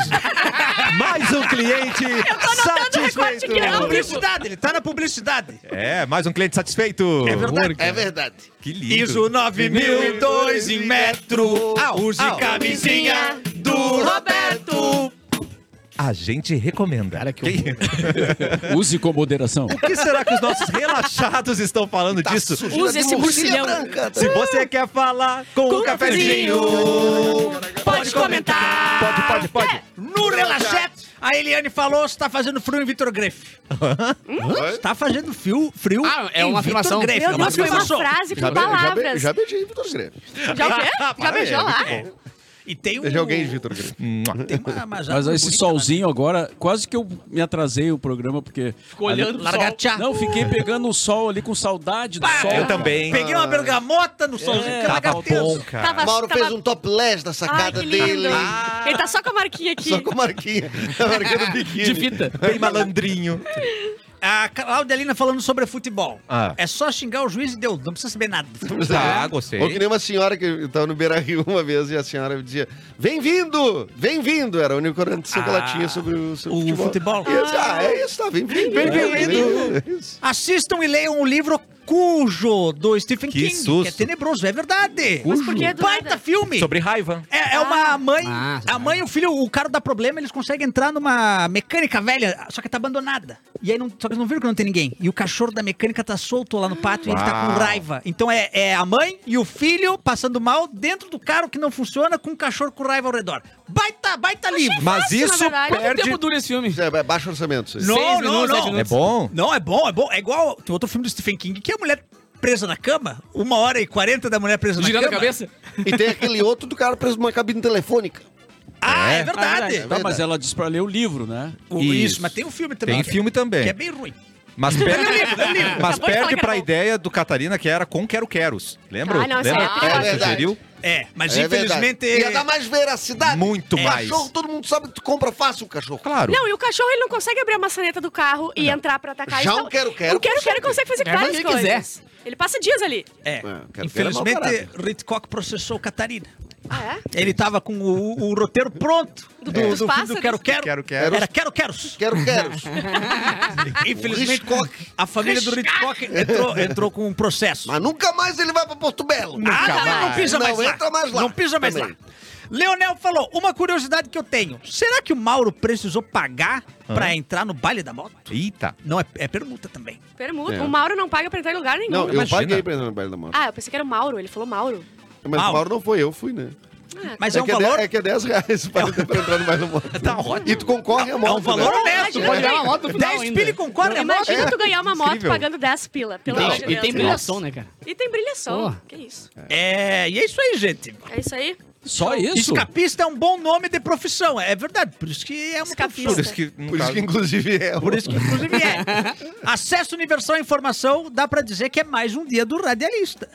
Mais um cliente
recorte
satisfeito!
aqui
É
na
publicidade, ele tá na publicidade.
É, mais um cliente satisfeito!
É verdade.
é verdade.
Que lindo!
ISO 9002 em metro.
Au,
Use
au.
camisinha do Roberto.
A gente recomenda.
Cara, que
Quem-
Use com moderação.
O que será que os nossos relaxados estão falando
Tá
disso?
Sujeira de
esse
murcilha
murcilhão.
branca.
Se você quer falar com, o cafezinho,
Pode comentar.
pode, pode, pode.
No Relaxete, a Eliane falou se tá fazendo frio em Vitor Greff.
Oi?
Tá fazendo frio, frio
Ah, é
em
uma
Vitor
afirmação.
Greff.
Meu
É
Meu Deus, foi uma
afirmação.
frase
Já,
com
be, já, be,
palavras.
já beijei Vitor Grêmio.
Já o quê? Já beijou lá?
E tem um... Ah,
Beijei alguém de Vitor Grêmio.
Tá
Tem uma, uma
Mas
uma
esse
bonita
solzinho agora, quase que eu me atrasei o programa, porque. Ficou
olhando
lá. Largatá.
Não, fiquei pegando o sol ali com saudade do
Pá,
sol. Ah.
Eu também.
É. Peguei uma bergamota no solzinho.
É,
que
Tava
lagarteço.
Tá bom, cara.
Tava-
Mauro
tava-
fez um topless da
Ai,
sacada
que lindo.
dele. Ah.
Ele tá só com a marquinha aqui.
Só com a marquinha. A marquinha do biquíni.
De fita.
Bem malandrinho.
A Claudelina falando sobre futebol.
Ah.
É só xingar o juiz e deu. Não precisa saber nada. Ah,
Tá, gostei.
Ou que nem uma senhora que estava no Beira Rio uma vez e a senhora dizia: Vem vindo! Vem vindo! Era a única orientação que ela tinha sobre o seu
Ah, o
futebol.
futebol.
E eu disse, ah, é isso, tá, vem vindo! Vem vindo!
Assistam e leiam o livro Cujo, do Stephen
Que
King. Que é
susto.
tenebroso, é verdade.
Mas por que do
Baita
nada?
filme.
Sobre raiva.
É, é uma mãe.
Massa,
a mãe e o filho, o cara dá problema, eles conseguem entrar numa mecânica velha, só que tá abandonada. E aí não, só que eles não viram que não tem ninguém. E o cachorro da mecânica tá solto lá no pátio e ele tá
Uau.
com raiva. Então é, é a mãe e o filho passando mal dentro do carro que não funciona, com o cachorro com raiva ao redor. Baita, baita livro.
Mas
fácil, na
isso
verdade. Quanto
Quanto
perde.
tempo dura esse filme?
Isso é baixo orçamento. Isso. aí.
Não,
Seis
não,
minutos,
não.
sete
É
minutos.
bom?
Não, é bom, é bom. É igual. Tem outro filme do Stephen King que é a mulher presa na cama, uma hora e quarenta da mulher presa
Girando
na
a
cama.
cabeça?
E tem aquele outro do cara preso numa cabine telefônica.
Ah, é,
É.
verdade.
É
Tá,
verdade.
mas ela disse pra ler o livro, né?
O- Isso.
Isso.
mas tem um filme também.
Tem filme também.
Que é bem ruim.
Mas, per- Mas perde
Acabou de falar que era
pra
bom.
ideia do Catarina, que era com quero queros. Lembra?
Ah, não, essa
Lembra?
é
que ela
verdade.
sugeriu?
É, mas
É
infelizmente.
verdade. Ia dar mais veracidade.
Muito
O
mais.
Cachorro, todo mundo sabe que tu compra fácil o cachorro.
Claro.
Não, e o cachorro ele não consegue abrir a maçaneta do carro e entrar pra atacar.
Já
então-
um quero-quero
O quero-quero consegue fazer
Quero
várias
fazer o que
coisas. Ele passa dias ali.
É.
quero- quero é mau
Infelizmente,
caráter.
Ritcock processou Catarina.
Ah, é?
Ele tava com o, o roteiro pronto do, do,
dos
do filme do
pássaros.
Quero Quero.
Quero Quero.
Era Quero Queros.
Quero, quero.
Infelizmente,
Hitchcock.
a família do Ritcock entrou, entrou com um processo.
Mas nunca mais ele vai pra Porto Belo.
Ah, não, não
mais.
pisa
Não
mais, lá.
entra mais lá.
Não pisa mais
Também.
lá. Leonel falou, uma curiosidade que eu tenho. Será que o Mauro precisou pagar pra entrar no baile da moto?
Eita.
Não, é, é permuta também.
Permuta.
É.
O Mauro não paga pra entrar em lugar nenhum.
Não, eu
Imagina.
paguei pra entrar no baile da moto.
Ah, eu pensei que era o Mauro. Ele falou Mauro.
Mas
Mal.
o Mauro não foi, eu fui, né?
Mas é,
É,
um
que é,
valor...
de- é que é 10 reais pra, pra entrar no baile da moto.
Tá ótimo.
E tu concorre a moto.
É um valor
né?
honesto.
Imagina,
Pode
tem-
ganhar uma moto no final
10
ainda.
pila e concorre a moto.
É.
Imagina tu ganhar uma moto
Incrível.
pagando 10 pila, pelo
Não,
amor de
E
Deus.
tem brilhação, né, cara?
E tem brilhação. Que isso.
É, e é isso aí, gente.
É isso aí.
Só isso?
Escapista é um bom nome de profissão, é verdade. Por isso que é uma
Escapista.
Por
profissão.
isso que. no
Por isso
caso-
que, inclusive, é.
Por isso que, inclusive, é. Acesso universal à informação, dá pra dizer que é mais um dia do radialista.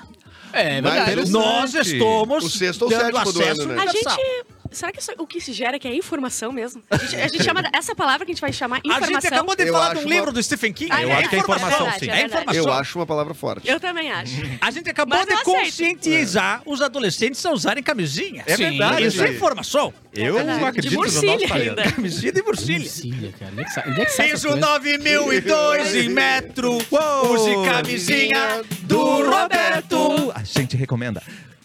É, é
Mas
verdade.
eles-
Nós estamos
O sexto ou
dando
sétimo do
acesso
ano, né?
A
universal.
gente... Será que isso- o que se gera que é informação mesmo? A gente, a gente chama essa palavra que a gente vai chamar
A
informação.
gente acabou de
Eu
falar de um
acho
livro
uma-
do Stephen King.
Ah,
Eu acho que é informação,
É
sim.
verdade, é
verdade.
informação.
um- Eu acho uma palavra forte.
Eu também acho.
Uhum.
A gente acabou
Mas eu
de
aceito.
conscientizar
É.
os adolescentes a usarem camisinha.
É
Sim,
verdade.
Isso é informação.
Eu não
Verdade.
acredito
De
no nosso
murcilha
talento.
ainda.
Camisinha de murcilha.
Cília, cara. Onde é que sai- Onde é que sai essas
Peso
coisas?
9002 em metro.
Uou!
Use camisinha do Roberto.
A gente recomenda.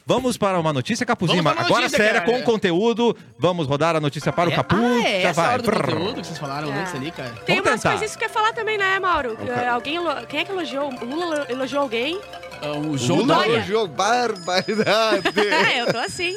Vamos para uma notícia, Capuzinho.
Vamos para uma
Agora
notícia,
séria,
cara.
com conteúdo. Vamos rodar a notícia para o
É?
Capu.
Ah, é
Já
essa
vai.
hora do
Brrr.
conteúdo que vocês falaram antes ali, cara.
Tem
Vamos
umas
tentar.
coisas que quer falar também, né, Mauro? Eh, alguém elo- Quem é que elogiou? O Lula elogiou alguém?
É
Ah, O João
Lula
Dória.
elogiou barbaridade.
É, eu tô assim.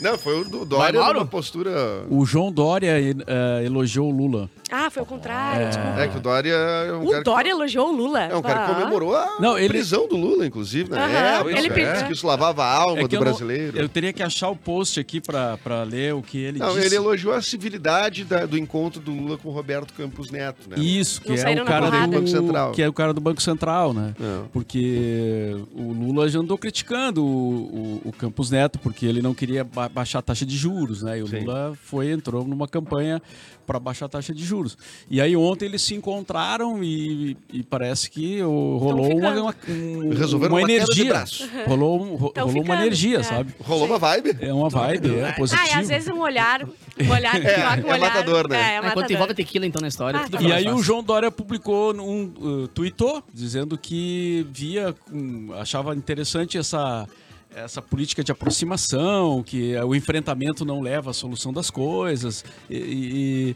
Não, foi o do Dória
Mauro?
numa postura...
O João Dória eh, elogiou o Lula.
Ah, foi o contrário. desculpa.
É que o Dória é um
O
cara
Dória elogiou o Lula.
que, é um cara que
Ah.
comemorou a
Não, ele-
prisão do Lula, inclusive, na
Aham,
época.
ele
né?
pediu-
Disse que isso lavava a alma
É que
do
eu não-
brasileiro.
eu teria que achar o post aqui pra, pra ler o que ele
Não,
disse.
ele elogiou a civilidade da- do encontro do Lula com o Roberto Campos Neto, né?
Isso, que
Não
é
saíram
o
na
cara
porrada.
do
Banco Central.
Que é o cara do Banco Central, né?
É.
Porque o Lula já andou criticando o, o- o Campos Neto, porque ele não queria ba- baixar a taxa de juros, né? E o
Sim.
Lula foi, entrou numa campanha para baixar a taxa de juros. E aí ontem eles se encontraram e, e parece que o- rolou uma,
ficando.
uma, um-
Resolveram
uma
uma queda de
energia.
braço.
Rolou, um- ro-
Tão
rolou uma
ficando,
energia,
é.
sabe?
Rolou uma vibe.
É uma vibe, é positivo.
Ah, e às vezes um olhar, um olhar, que
É,
troca um
é
olhar.
matador, né?
É, é
Ah, Enquanto
matador.
envolve tequila, então, na história.
Ah,
tudo
tá
fica
E
bom.
mais
aí o
fácil.
João Dória publicou um uh, tweetou dizendo que via, com- achava interessante essa essa política de aproximação, que eh, o enfrentamento não leva à solução das coisas. E,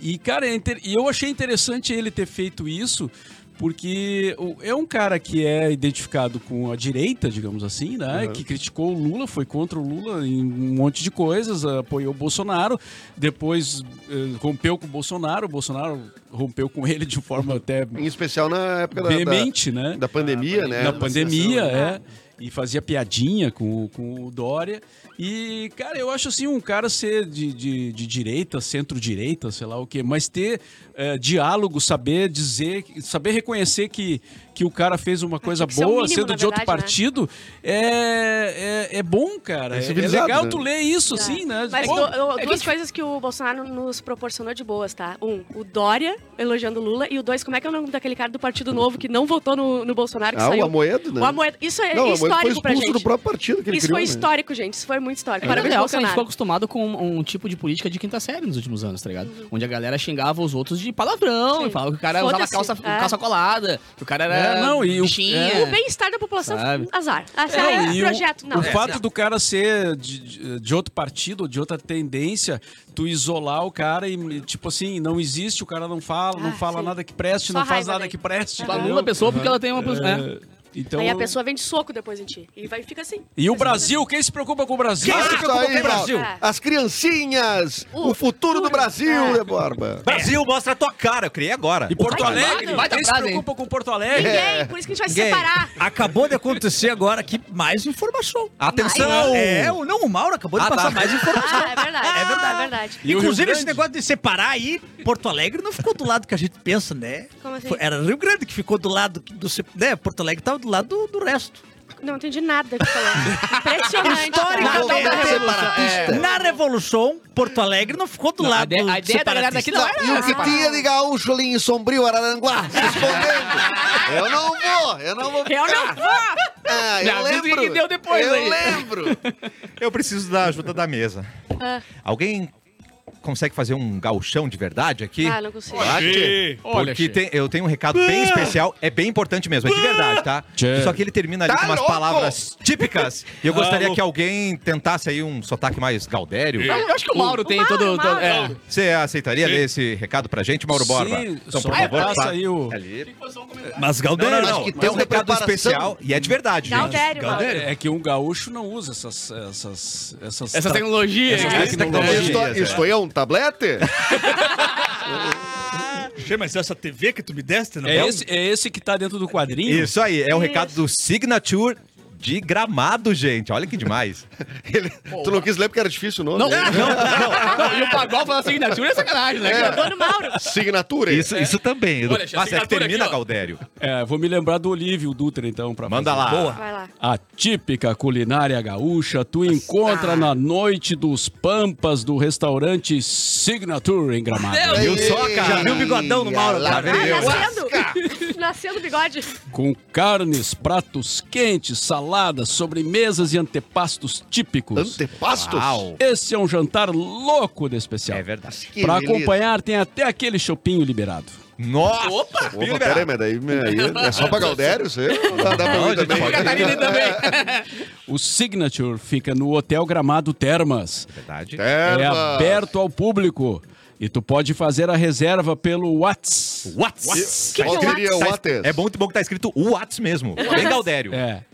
e, e, cara, é inter- e eu achei interessante ele ter feito isso. Porque o- é um cara que é identificado com a direita, digamos assim, né? Que criticou o Lula, foi contra o Lula em um monte de coisas, apoiou o Bolsonaro, depois eh, rompeu com o Bolsonaro, o Bolsonaro rompeu com ele de forma até
Em especial na época da, da,
veemente, né?
da pandemia, né?
Na pandemia, é. E fazia piadinha com, o- com o Dória. E, cara, eu acho assim, um cara ser de, de, de direita, centro-direita, sei lá o quê, mas ter eh, diálogo, saber dizer, saber reconhecer que, que o cara fez uma coisa
que ser o
boa,
mínimo,
sendo
na
de outro
verdade, né?
partido, é, é, é bom, cara.
É
É, é
civilizado,
legal
né?
tu ler isso, assim, né?
Mas
Pô,
du- du-
é que-
duas coisas que o Bolsonaro nos proporcionou de boas, tá? Um, o Dória elogiando o Lula. E o dois, como é que é o nome daquele cara do Partido Novo que não votou no, no Bolsonaro? É Que
Ah,
saiu?
o Amoedo, né?
O Amoedo. Isso é
Não, o Amoedo foi
histórico pra
expulso
gente.
do próprio partido que ele
Isso
criou,
foi
né?
histórico, gente. Isso foi muito histórico.
É que na
Parabéns,
real, que a gente ficou
Bolsonaro.
acostumado com um, um tipo de política de quinta série nos últimos anos, tá ligado? Onde a galera xingava os outros de palavrão
Sim.
e falava que o cara
Foda-se.
usava calça,
É.
calça colada, que o cara era
É, não, e o-
bichinha.
é.
O bem-estar da população,
Sabe?
azar. Ah,
Não,
sei lá,
e o-
projeto, não.
O fato do cara ser de- de, de outro partido, de outra tendência, tu isolar o cara e, tipo assim, não existe, o cara não fala, não
Ah,
fala
sim.
nada que preste,
Só
não faz
raiva
nada
daí.
que preste.
Tu anula
entendeu?
a pessoa porque ela tem uma... É.
É, então,
Aí a pessoa vem de soco depois em ti. E vai, fica assim.
E o Brasil, quem se preocupa com o Brasil?
Ah,
se
isso
preocupa
aí,
com o Brasil?
Mauro. As criancinhas, o,
O
futuro do
futuro.
Brasil,
É.
né, Borba?
Brasil, mostra a tua cara. Eu criei agora.
E Porto
Vai,
Alegre?
vai, vai,
quem
tá
se
bravo,
preocupa com Porto Alegre?
É. Ninguém, por isso que a gente vai se
Gay,
separar.
Acabou de acontecer agora aqui mais informação.
Atenção!
É, o- não, o Mauro acabou de
Ah,
passar
tá.
mais informação.
Ah, é verdade.
É verdade.
É verdade.
E o Rio
Inclusive,
Grande?
esse negócio de separar aí, Porto Alegre não ficou do lado que a gente pensa, né?
Como assim?
Foi- Era Rio Grande que ficou do lado que- do. se- Né? Porto Alegre tava do lado do, do resto.
Não entendi nada que tá falou. Impressionante.
Histórico.
cara.
Não, não, não.
É.
separatista.
Na Revolução, Porto Alegre não ficou do
Não, a
lado
ideia- a ideia da galera daqui
separatista.
não
E o
era
que tinha de gaúcho ali em Sombrio, Araranguá, se escondendo? eu não vou, eu não vou
Eu
ficar.
não vou!
Ah, eu
Já viu o
lembro.
que que deu depois
eu
aí.
lembro.
Eu preciso da ajuda da mesa.
Ah.
Alguém consegue fazer um gauchão de verdade aqui?
Ah, não consigo.
Bate.
Olha,
Porque
Che.
tem- eu tenho um recado
Ah.
bem especial, é bem importante mesmo, é de verdade, tá?
Che.
Só que ele termina ali
Tá
com umas
louco?
palavras típicas. E eu
Ah,
gostaria
louco.
que alguém tentasse aí um sotaque mais gaudério.
Eu acho que o Mauro tem
Mauro,
todo... todo- é.
Mauro.
Você aceitaria ler esse recado pra gente, Mauro Borba? Então,
Sim, só passa
fa-
aí o-
Ali.
Mas
Não,
Galdério.
não,
Acho
não.
que
É
tem
um
uma
recado
preparação.
especial e é de verdade, gente.
Galdério, Mauro.
É que um gaúcho não usa essas... Essas, essas,
Essas tecnologias.
Tá. Essas
né?
tecnologias.
Isto,
Tecnologias,
isto é um tablete?
mas essa TV que tu me deste, não
É esse, é esse que tá dentro do quadrinho?
Isso aí, é o recado do Signature de Gramado, gente. Olha que demais.
Ele- tu não quis ler porque era difícil o nome?
Não,
né?
não, não, não. E o Pagol falando assinatura é sacanagem, né? cara?
Tô no Mauro.
Signatura?
Isso, isso também.
Olha, Che, a
Mas é que
assinatura
termina,
aqui, ó.
Galdério.
É, vou me lembrar do Olívio Dutra, então, pra
Manda
fazer.
lá.
Vai lá.
A típica culinária gaúcha tu encontra na noite dos Pampas do restaurante Signature em Gramado.
Viu só,
Já
cara?
viu o bigodão no Mauro?
Lá
Tá
vem
vendo?
eu.
Ah, Nascendo. Nascendo o bigode.
Com carnes, pratos quentes, saladas, sobremesas e antepastos típicos.
Antepastos?
Uau.
Esse é um jantar louco de especial.
É verdade.
Que
Pra
beleza.
acompanhar tem até aquele chopinho liberado.
Nossa!
Opa!
Bem
Opa,
liberado.
peraí, mas daí aí, é só pra Galdério isso aí? Ou Dá, dá pra
Não,
mim
gente,
também?
pode-
Catarina também.
O Signature fica no Hotel Gramado Termas.
Verdade.
É
Ervas.
aberto ao público. E tu pode fazer a reserva pelo WhatsApp.
Whats?
que
Qual
é o
seria o
Tá-
Ates?
É bom, muito bom que tá escrito Whats mesmo. Bem Galdério.
É.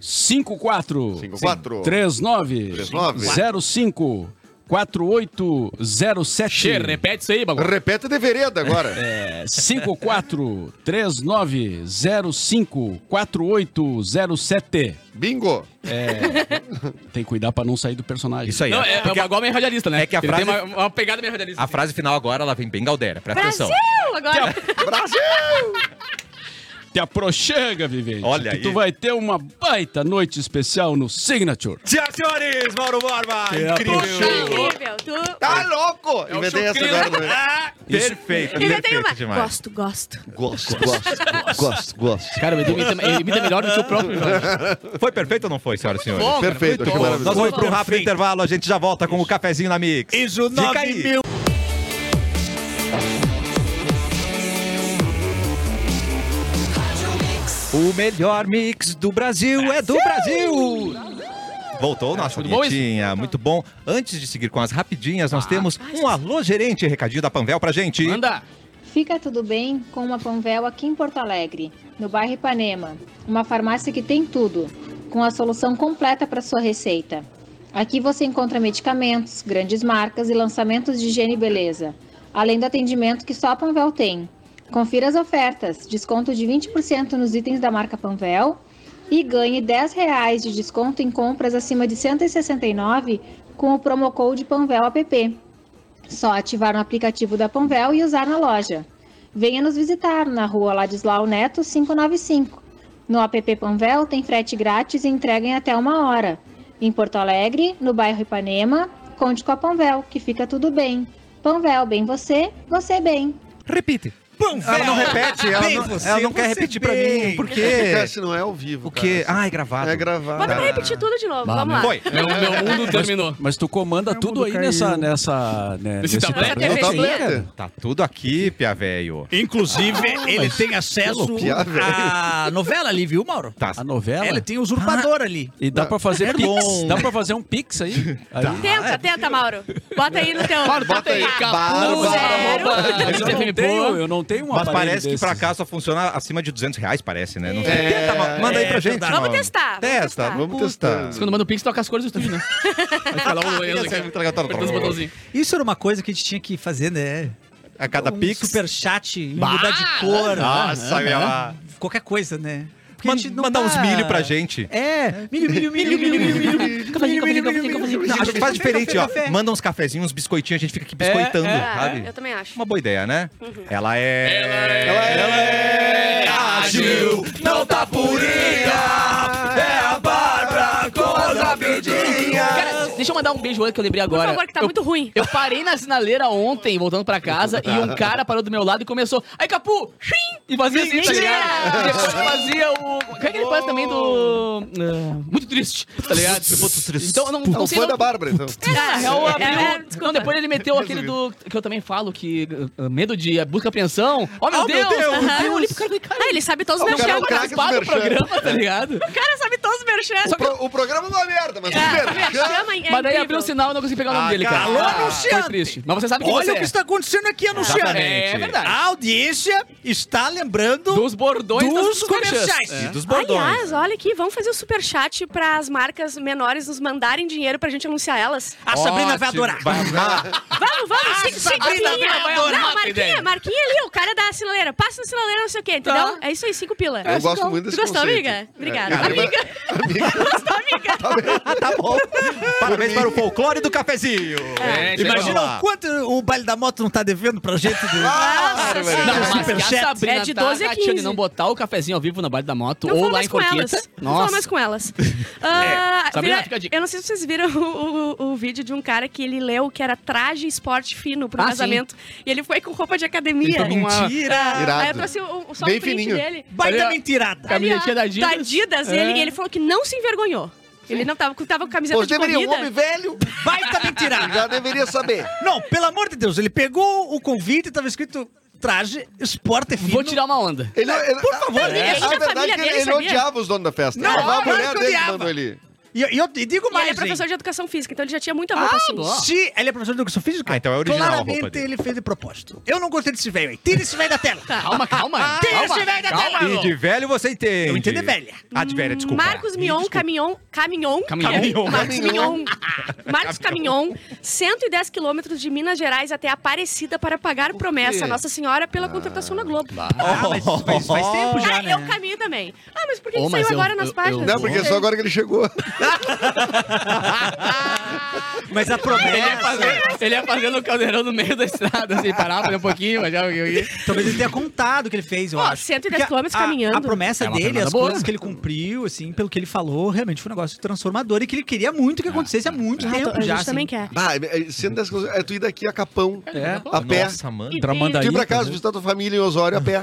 54
Cinco, quatro.
39
Três, nove.
05
Che,
4807
repete isso aí, bagulho.
Repete de vereda agora.
é, 5439054807.
Bingo.
Tem que cuidar pra não sair do personagem.
Isso aí.
Não,
é.
é, é o bagulho meio radialista, né?
é que a
Ele
frase-
tem uma, uma pegada meio radialista.
A frase final agora, ela vem bem galdera. Presta
Brasil!
atenção.
Agora.
Te aproxega, Vivente.
Olha
que
aí.
tu vai ter uma baita noite especial no Signature.
Senhoras e senhores, Mauro Borba!
É,
Puxa, incrível. Tu...
Tá louco!
É o
Inventei essa né?
chucrinho.
agora também.
Perfeito,
Inventei
Tá perfeito
uma.
demais.
Gosto, gosto.
Gosto, gosto, gosto, gosto.
Cara, o Edu imita, ele imita melhor do que o próprio Jorge.
Foi perfeito ou não foi, senhoras e senhores?
Bom, cara,
Perfeito,
muito
achei
bom.
maravilhoso.
Nós vamos para um rápido
Perfeito.
intervalo, a gente já volta com o cafezinho na Mix.
ISO
Fica aí.
9000.
O melhor mix do Brasil, é do Brasil! Voltou nossa
tudo bom isso?
vinhetinha, muito bom. Antes de seguir com as rapidinhas, nós temos um alô gerente, recadinho da Panvel pra gente.
Manda.
Fica tudo bem com uma Panvel aqui em Porto Alegre, no bairro Ipanema, uma farmácia que tem tudo, com a solução completa para sua receita. Aqui você encontra medicamentos, grandes marcas e lançamentos de higiene e beleza, além do atendimento que só a Panvel tem. Confira as ofertas, desconto de 20% nos itens da marca Panvel e ganhe R$ 10 reais de desconto em compras acima de R$ 169 com o promo code Panvel app. Só ativar o aplicativo da Panvel e usar na loja. Venha nos visitar na rua Ladislau Neto 595. No app Panvel tem frete grátis e entrega em até uma hora. Em Porto Alegre, no bairro Ipanema, conte com a Panvel, que fica tudo bem. Panvel, bem você, você bem.
Repite.
Pão,
Ela não repete, ela
Bem
não,
você,
ela não quer
você
repetir pra
bem.
mim. Por
Porque
quê?
se não é ao vivo,
O quê?
cara.
Ah, assim. é Tá gravado.
É gravado.
Bota pra repetir tudo de novo. Vamos lá.
Foi.
Meu, É, meu mundo terminou.
Mas tu comanda tudo aí
caiu.
nessa, nessa. né,
Nesse tablete,
É o
aí,
tablete.
cara?
Tá tudo aqui, pia velho.
Inclusive,
Ah,
ele tem acesso
piada, velho.
à novela ali, viu, Mauro?
Tá.
A novela?
Ele tem usurpador
Ah.
ali.
E
Ah.
dá pra fazer
É
pix?
bom.
Dá pra fazer um pix aí?
Tá.
aí.
Tenta, tenta, Mauro. Bota aí no teu.
Bota aí.
Barba. Zero.
Mas eu não tenho, eu não tenho um
Mas
aparelho
parece que
desses.
pra cá só funciona acima de 200 reais, parece, né? Não sei.
É.
Tenta, ma- manda aí pra
É
gente.
verdade.
Vamos
mano.
testar. vamos
Testa,
testar.
Vamos testar.
Quando manda o Pix, toca as cores do estúdio, né? Vai falar o Enzo
Essa é
aqui.
muito legal.
Apertando os botãozinhos.
Isso era uma coisa que a gente tinha que fazer, né?
A cada
um
pix.
Super chat,
Bah!
mudar de cor. né?
Nossa, meu.
Qualquer coisa, né? Porque a
Man-
gente não
mandar
tá-
uns milho pra gente.
É, milho, milho, milho, milho, milho, milho, milho, milho, milho, milho, milho.
Não, a gente faz
Café,
diferente,
café,
ó.
café.
Manda uns cafezinhos, uns biscoitinhos, a gente fica aqui biscoitando,
é,
sabe?
É, eu também acho.
Uma boa ideia, né? Ela é.
Ela é-
ágil, não tá purinha. É a Bárbara com as rapidinhas.
Cara, deixa eu mandar um beijo outro que eu lembrei agora.
favor, que tá
Eu-
muito ruim.
Eu parei na sinaleira ontem, voltando pra casa, e um cara parou do meu lado e começou. Aí, Capu! Xim! E fazia assim, tá
Mentira!
ligado? E depois fazia o. O que é que ele faz também do. ah, muito triste, tá ligado?
Muito triste.
Então, eu não,
É
não
um
sei.
fã
não-
da Bárbara, então.
É, na real, abriu-
É,
não, depois ele meteu aquele do. Que eu também falo, que uh, medo de uh, busca e apreensão. Oh, meu
Oh, meu
Deus!
Deus!
Aham. Eu olhei pro cara e falei, cara, um
Ah, ele sabe todos os
O
meus
cara é o
chans.
ele
craque
participar do
dos merchan.
programa, tá ligado?
O cara sabe todos os meus chans.
O, pro- o programa não é uma merda, mas o merchan-
Ah, tá
é
Chama em.
Mas daí abriu o sinal e eu não consegui pegar o nome
Ah,
dele, cara.
cara, alô,
Foi
anunciante!
triste. Mas você sabe quem
Olha
você
o que
é.
está acontecendo aqui, anunciante.
É verdade.
A audiência está lembrando
Dos bordões
dos
das- merchans.
comerciais.
É.
E dos bordões.
Aliás, olha aqui, vamos fazer o superchat para as marcas menores nos mandarem dinheiro pra gente anunciar elas.
A Sabrina vai
Ótimo.
adorar.
Vai amar.
Vamos, vamos, siga, siga a
Sabrina
linha.
vai adorar
Não,
essa
Marquinha,
ideia.
Marquinha ali, o cara da sinaleira. Passa no sinaleira, não sei o quê, entendeu?
Tá.
É isso aí, cinco pila.
Eu gosto muito desse
Tu gostou, amiga?
conceito. É,
Obrigada.
cara,
amiga. Gostou, amiga?
Ah, tá bom. Parabéns para o folclore do cafezinho.
É, isso aí, vamos
Imagina o
o
quanto o baile da moto não tá devendo pra gente.
Ah!
Não,
Nossa
Não,
senhora.
mas que
superchat.
a Sabrina
É de
tá
12 a
rateando
15.
e não botar o cafezinho ao vivo na baile da moto
Não
ou
falo
lá em
mais com
Corqueta.
elas. Não falo mais com elas. Ah,
Sabrina,
vira-
fica a dica.
eu não sei se vocês viram o, o- o vídeo de um cara que ele leu que era traje esporte fino pro
Ah,
casamento. E ele foi com roupa de academia.
Ele tá com uma-
Ah,
Irado.
Aí eu trouxe o, o, só
Bem
o print
fininho.
dele.
Vai
Olha,
dar mentirada.
cara, Camisetinha
ó,
da Adidas. É.
Ele, ele falou que não se envergonhou. Ele não tava, tava com camiseta
Pois
de
é
deveria, um
corrida.
homem velho
Vai dar mentirada.
já deveria saber.
Não, pelo amor de Deus, ele pegou o convite e tava escrito traje, esporte fino.
Vou tirar uma onda.
Ele, ele, Por
favor,
a,
né?
a
Ele já
verdade
família
é que ele,
dele
ele
sabia.
odiava os donos da festa.
Não,
Lavava a
claro
mulher
que
dele
odiava.
mandou ele.
E, eu- e eu e digo
E
mais,
ele é professor
hein.
de educação física, então ele já tinha muita
Ah,
roupa assim.
Se ele é professor de educação física,
Ah, então é original a roupa
claramente
dele.
ele fez de propósito. Eu não gostei desse velho aí. Tira esse velho da tela.
Calma, calma.
Tira
calma,
esse velho da tela.
E de velho você entende.
Eu entendo é velha.
Ah, de velha, desculpa.
Marcos Mion, Caminhon, Caminhon,
Caminhon.
é Marcos Mion, Marcos Caminhon, 110 quilômetros de Minas Gerais até Aparecida para pagar promessa a Nossa Senhora pela contratação na Globo.
Ah, mas, mas faz tempo já,
Ah,
né?
eu caminho também. Ah, mas por que,
Ô,
que
mas
saiu
eu-
agora
eu-
nas
eu-
páginas?
Não, porque é só agora que ele chegou. Ah,
Mas a promessa...
Ele ia fazendo o caldeirão no meio da estrada, assim, parar, fazer um pouquinho, mas já...
Talvez ele tenha contado o que ele fez, eu
Ó,
acho.
110
Porque a-
quilômetros
a-
caminhando.
A promessa
É uma
dele,
pernada
as
boa.
coisas que ele cumpriu, assim, pelo que ele falou, realmente foi um negócio transformador e que ele queria muito que acontecesse há muito
Ah,
tempo
tô-
já,
a gente
assim.
também quer.
Bah, é- sendo das coisas, é tu ir daqui a Capão,
É.
a pé.
Nossa, mano.
E-
Tramandaí.
Tu ir pra casa visitar tua família em Osório a pé.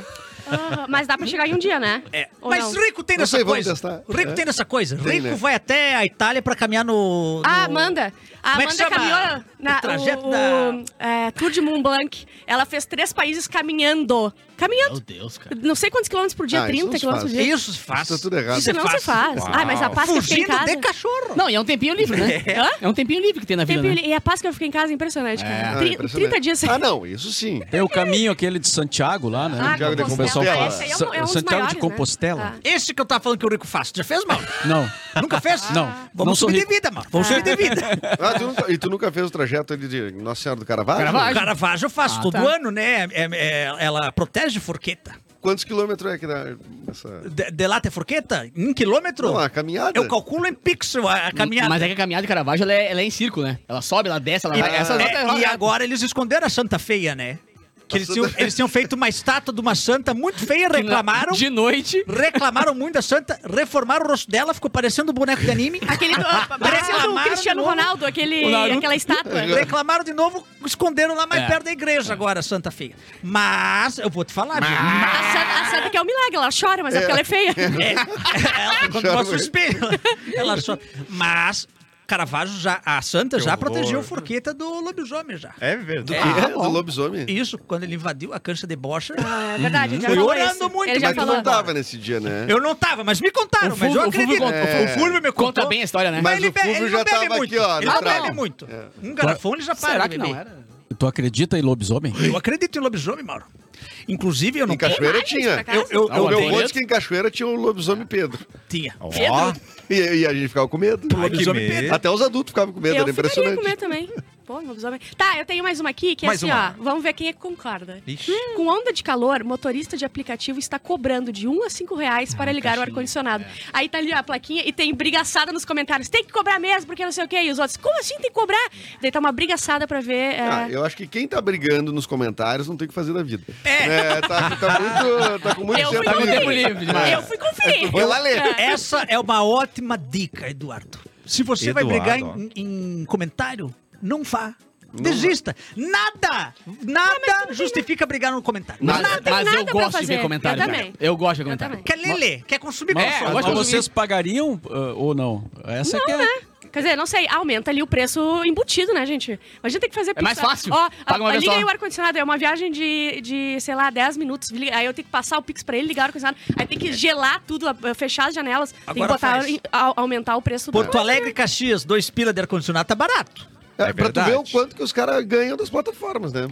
Ah, mas dá pra chegar em um dia, né?
É.
Ou
Mas
não?
rico tem
Não
dessa
sei, vamos
coisa.
testar.
Rico
É.
tem dessa coisa.
Tem,
rico
né?
vai até a Itália pra caminhar no...
Ah,
no-
Amanda. A
Como é que
Amanda
chama?
caminhou na
O trajeto
o- o, é, Tour de Mont Blanc. Ela fez três países caminhando. Caminhando.
Deus, cara.
Não sei quantos quilômetros por dia,
Ah, isso
30
não se
quilômetros por dia.
É Isso se faz.
Isso tá tudo errado.
Isso não se faz. Ah, mas a Páscoa eu fiquei em
Fugindo de
casa.
cachorro.
Não, e é um tempinho livre, né? É, um tempinho livre que tem na vida,
Tempo
né?
ele- E a Páscoa eu fiquei em casa, impressionante, cara.
Ah,
Tri-
impressionante.
30 dias sem.
Ah, não, isso sim.
Tem o caminho aquele de Santiago lá, né?
Ah,
Santiago de
Pessoal
Compostela.
fala-
Esse aí é um- é um dos
Santiago de
maiores, né? Tá.
Compostela.
Ah.
Esse que eu tava falando que o rico faz. Tu já fez, mano?
Não.
Nunca fez?
Não.
Ah.
Vamos
Não sou
subir
rico.
de vida, mano. Vamos subir de vida.
Ah, tu nunca- e tu nunca fez o trajeto ali de Nossa Senhora do Caravaggio?
O Caravaggio eu
Ah,
faço todo
tá.
ano, né? É- é- ela protege Forqueta.
Quantos quilômetros é que dá essa...
De, de lá até Forqueta? Em quilômetro?
Não, a caminhada.
Eu calculo em pixel a, a caminhada.
Mas é que a caminhada de Caravaggio, ela é, ela é em circo, né? Ela sobe, ela desce, ela
E,
vai... Essa
é,
nota é
e
largada.
agora eles esconderam a Santa Feia, né? Que eles tinham, eles tinham feito uma estátua de uma santa muito feia, reclamaram.
De noite...
Reclamaram muito da santa, reformaram o rosto dela, ficou parecendo um boneco de anime.
Aquele do, parece o do
Reclamaram
Cristiano
de novo.
Ronaldo, aquele,
O Naruto.
aquela estátua.
Reclamaram de novo, esconderam lá mais
É.
perto da igreja agora, Santa Feia. Mas, eu vou te falar, viu?
A Santa, a Santa que é um milagre, ela chora, mas é porque ela é feia.
É, ela, quando
Chora
mostra o
muito.
espelho, ela chora. Mas, Caravaggio já, a Santa já protegeu o Forqueta do lobisomem já.
É verdade.
Ah, do lobisomem?
Isso, quando ele invadiu a cancha de bocha.
Ah, é verdade, ele já
Foi
falou
orando
isso.
muito,
Ele já
Mas tu
falou.
não tava nesse dia, né?
Eu não tava, mas me contaram,
O
mas eu
Fulvio- o Fulvio
acredito.
contou.
O Fulvio me contou.
Conta bem a história, né?
Mas
Mas
ele,
o
be- ele
Fulvio
já
já
bebe
tava
muito.
aqui, ó,
ele
no
não
trago.
bebe muito. Um garrafão ele já para
Será
de
que não
beber.
era?
Tu acredita em lobisomem?
Eu acredito em lobisomem, Mauro. Inclusive, eu não
Em Cachoeira
imagens, por
tinha.
acaso?
Eu, eu,
Ah,
eu
O meu
Tem
avô
medo?
disse que em Cachoeira tinha o lobisomem Pedro.
tinha.
Ó,
E, e a gente ficava com medo.
ai, que
lobisomem
medo.
Até os adultos ficavam com medo,
Eu
era
ficaria
impressionante.
com medo também. Pô, lobisomem. Tá, eu tenho mais uma aqui que é
Mais
assim,
uma.
ó. Vamos ver quem é que concorda.
Ixi.
Com onda de calor, motorista de aplicativo está cobrando de 1 a 5 reais
Ah,
para ligar o ar-condicionado.
é.
Aí tá ali a plaquinha e tem brigaçada nos comentários. Tem que cobrar mesmo, porque não sei o quê. E os outros, como assim tem que cobrar? Daí tá uma brigaçada pra ver. é,
Ah, eu acho que quem tá brigando nos comentários não tem o que fazer da vida. É. tá, tá muito, tá com muito
Eu fui
tempo
conferir.
livre. né?
livre demais.
Eu fui conferir.
Foi lá ler.
Essa é uma ótima dica, Eduardo. Se você vai
Eduardo,
brigar
ó.
em, em comentário, não vá. Desista. Nada, nada justififica brigar no comentário.
Mas,
Nada.
tem
mas eu
nada pra
gosto de
fazer.
ver comentário.
Eu
cara.
também.
Eu gosto de comentário.
também.
Quer ler, quer consumir
É,
consome.
eu gosto
Mas
de
vocês pagariam ah, ou não? Essa é que é.
né? Quer dizer, não sei, aumenta ali o preço embutido, né, gente? Imagina ter que fazer
É mais
pix.
fácil.
Ó,
Paga uma
a-
vez
liga
só.
aí o ar-condicionado, é uma viagem de, de, sei lá, 10 minutos. Li- Aí eu tenho que passar o Pix pra ele, ligar o ar-condicionado. Aí tem que gelar tudo, a- fechar as janelas. tem
Agora
que botar,
faz.
em- a- aumentar o preço
Porto
do.
Alegre, Caxias, dois pila de ar-condicionado, tá barato.
É,
É
pra tu ver o
verdade.
quanto que os caras ganham das plataformas, né?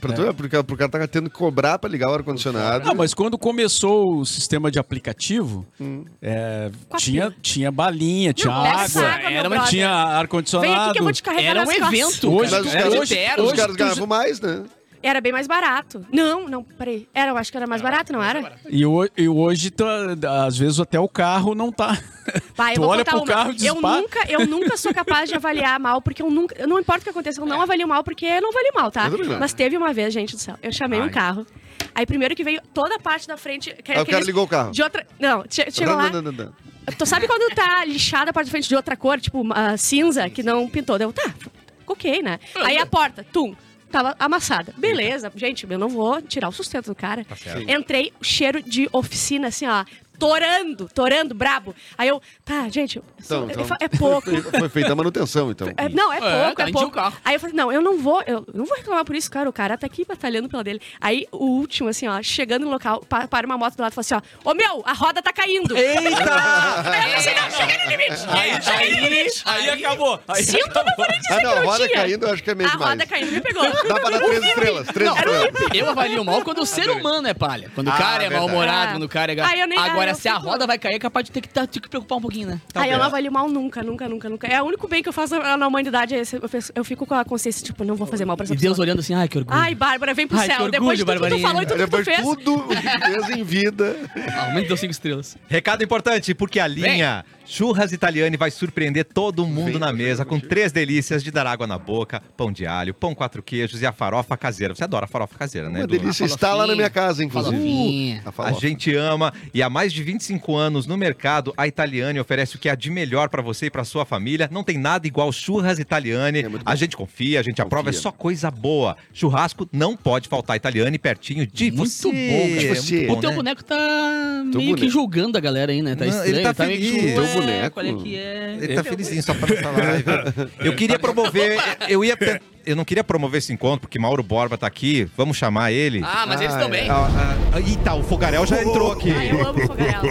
Pra tu ver, porque porque o cara tá tendo que cobrar pra ligar o ar-condicionado.
É. Não, mas quando começou o sistema de aplicativo,
Hum.
é,
Quatro
tinha, tinha balinha, tinha
Não, pega essa
água,
água, meu
era-
brother.
tinha
Vem aqui
ar-condicionado.
que eu vou te carregar
Era um
nas costas.
evento.
Mas
Hoje-
cara.
os
Os
caras-
caras
hoje-
eram
Os
hoje
caras
tu
ganhavam mais, né?
Era bem mais barato. Não, não, peraí. Era, eu acho que era mais barato, não era?
E, ho- e hoje, tá- às vezes, até o carro não tá.
Vai,
tu
eu vou
olha
contar
pro
uma.
carro e
eu
dispara.
nunca, eu nunca sou capaz de avaliar mal, porque eu nunca. eu Não importa o que aconteça, eu
É.
não avalio mal, porque eu não avalio mal, tá?
Eu também não.
Mas teve uma vez, gente do céu, eu chamei um carro. Aí primeiro que veio toda a parte da frente. Que,
Aí Ah, o
que
cara
eles-
ligou o carro.
De outra. Não, che- chegou lá.
Não, não, não, não.
Tu sabe quando tá lixada a parte de frente de outra cor, tipo ah, cinza, que não pintou? Deu, tá, ok, né? Aí a porta, tum, tava amassada.
Tá
Beleza, gente, eu não vou tirar o sustento do cara. Entrei, cheiro de oficina, assim, ó. torando, torando, brabo. Aí eu, tá, gente, eu-
Então,
eu-
então-
é pouco.
Foi feita a manutenção, então.
É, não, é pouco,
cara,
é
encheu
pouco.
o carro.
Aí eu falei, não, eu não vou, eu não vou reclamar por isso, cara. O cara tá aqui batalhando pela dele. Aí o último, assim, ó, chegando no local, pa- para uma moto do lado e fala assim, ó, ô meu, a roda tá caindo.
Eita!
Aí eu pensei, não, tá, chega no limite. chega no limite.
Aí acabou. Aí
Sinto, mas vou lhe dizer
Ah, não,
que
a
não
roda
tinha.
caindo eu acho que é meio
A
demais.
roda caindo me pegou. um
Dá pra dar três estrelas, três estrelas.
Eu avalio mal quando o ser humano é palha. Quando o
Ah,
cara é
verdade.
mal-humorado,
Ah.
quando o cara é
Ah, eu nem-
Agora,
ah, eu
se a
fico-
roda vai cair, é capaz de ter que, tá, ter que preocupar um pouquinho, né?
Tá
Aí eu não avalio mal nunca, nunca, nunca, nunca. É o único bem que eu faço na na humanidade. é esse- eu penso- Eu fico com a consciência, tipo, não vou fazer mal pra essa
E Deus
pessoa.
olhando assim, ai, que orgulho.
Ai, Bárbara, vem pro
Ai, que
céu. Depois de tudo
orgulho,
que tu falou e
Barbarinha.
tudo que tu
Depois de
fez.
tudo o que fez em vida.
Aumento deu Ah, cinco estrelas.
Recado importante, porque a linha Churras Italiane vai surpreender todo mundo na mesa com três delícias de dar água na boca, pão de alho, pão quatro queijos e a farofa caseira. Você adora farofa caseira, né?
Uma
Edu?
delícia.
falofinha.
Está lá na minha casa, inclusive.
Falofinha.
A
A
farofa.
gente ama e há mais de 25 anos no mercado, a Italiane oferece o que há de melhor para você e para sua família. Não tem nada igual churras Italiane.
É muito bom.
a gente confia, a gente aprova, é
Confia.
só coisa boa. Churrasco não pode faltar Italiane pertinho de
Muito
você.
bom, cara.
É muito
Você.
bom,
o teu
né?
boneco tá meio que
boneco.
julgando a galera aí, né? Tá
Não,
estranho.
ele tá
meio que
feliz.
tipo,
Teu
"Ué,
boneco.
Qual é que é?
Ele tá felizinho só pra essa live. Eu queria promover. Eu ia. pe- Eu não queria promover esse encontro, porque Mauro Borba tá aqui. Vamos chamar ele.
Ah, mas eles também.
Ah, ah, eita, o Fogarel já entrou aqui.
Ai, eu amo fogarela.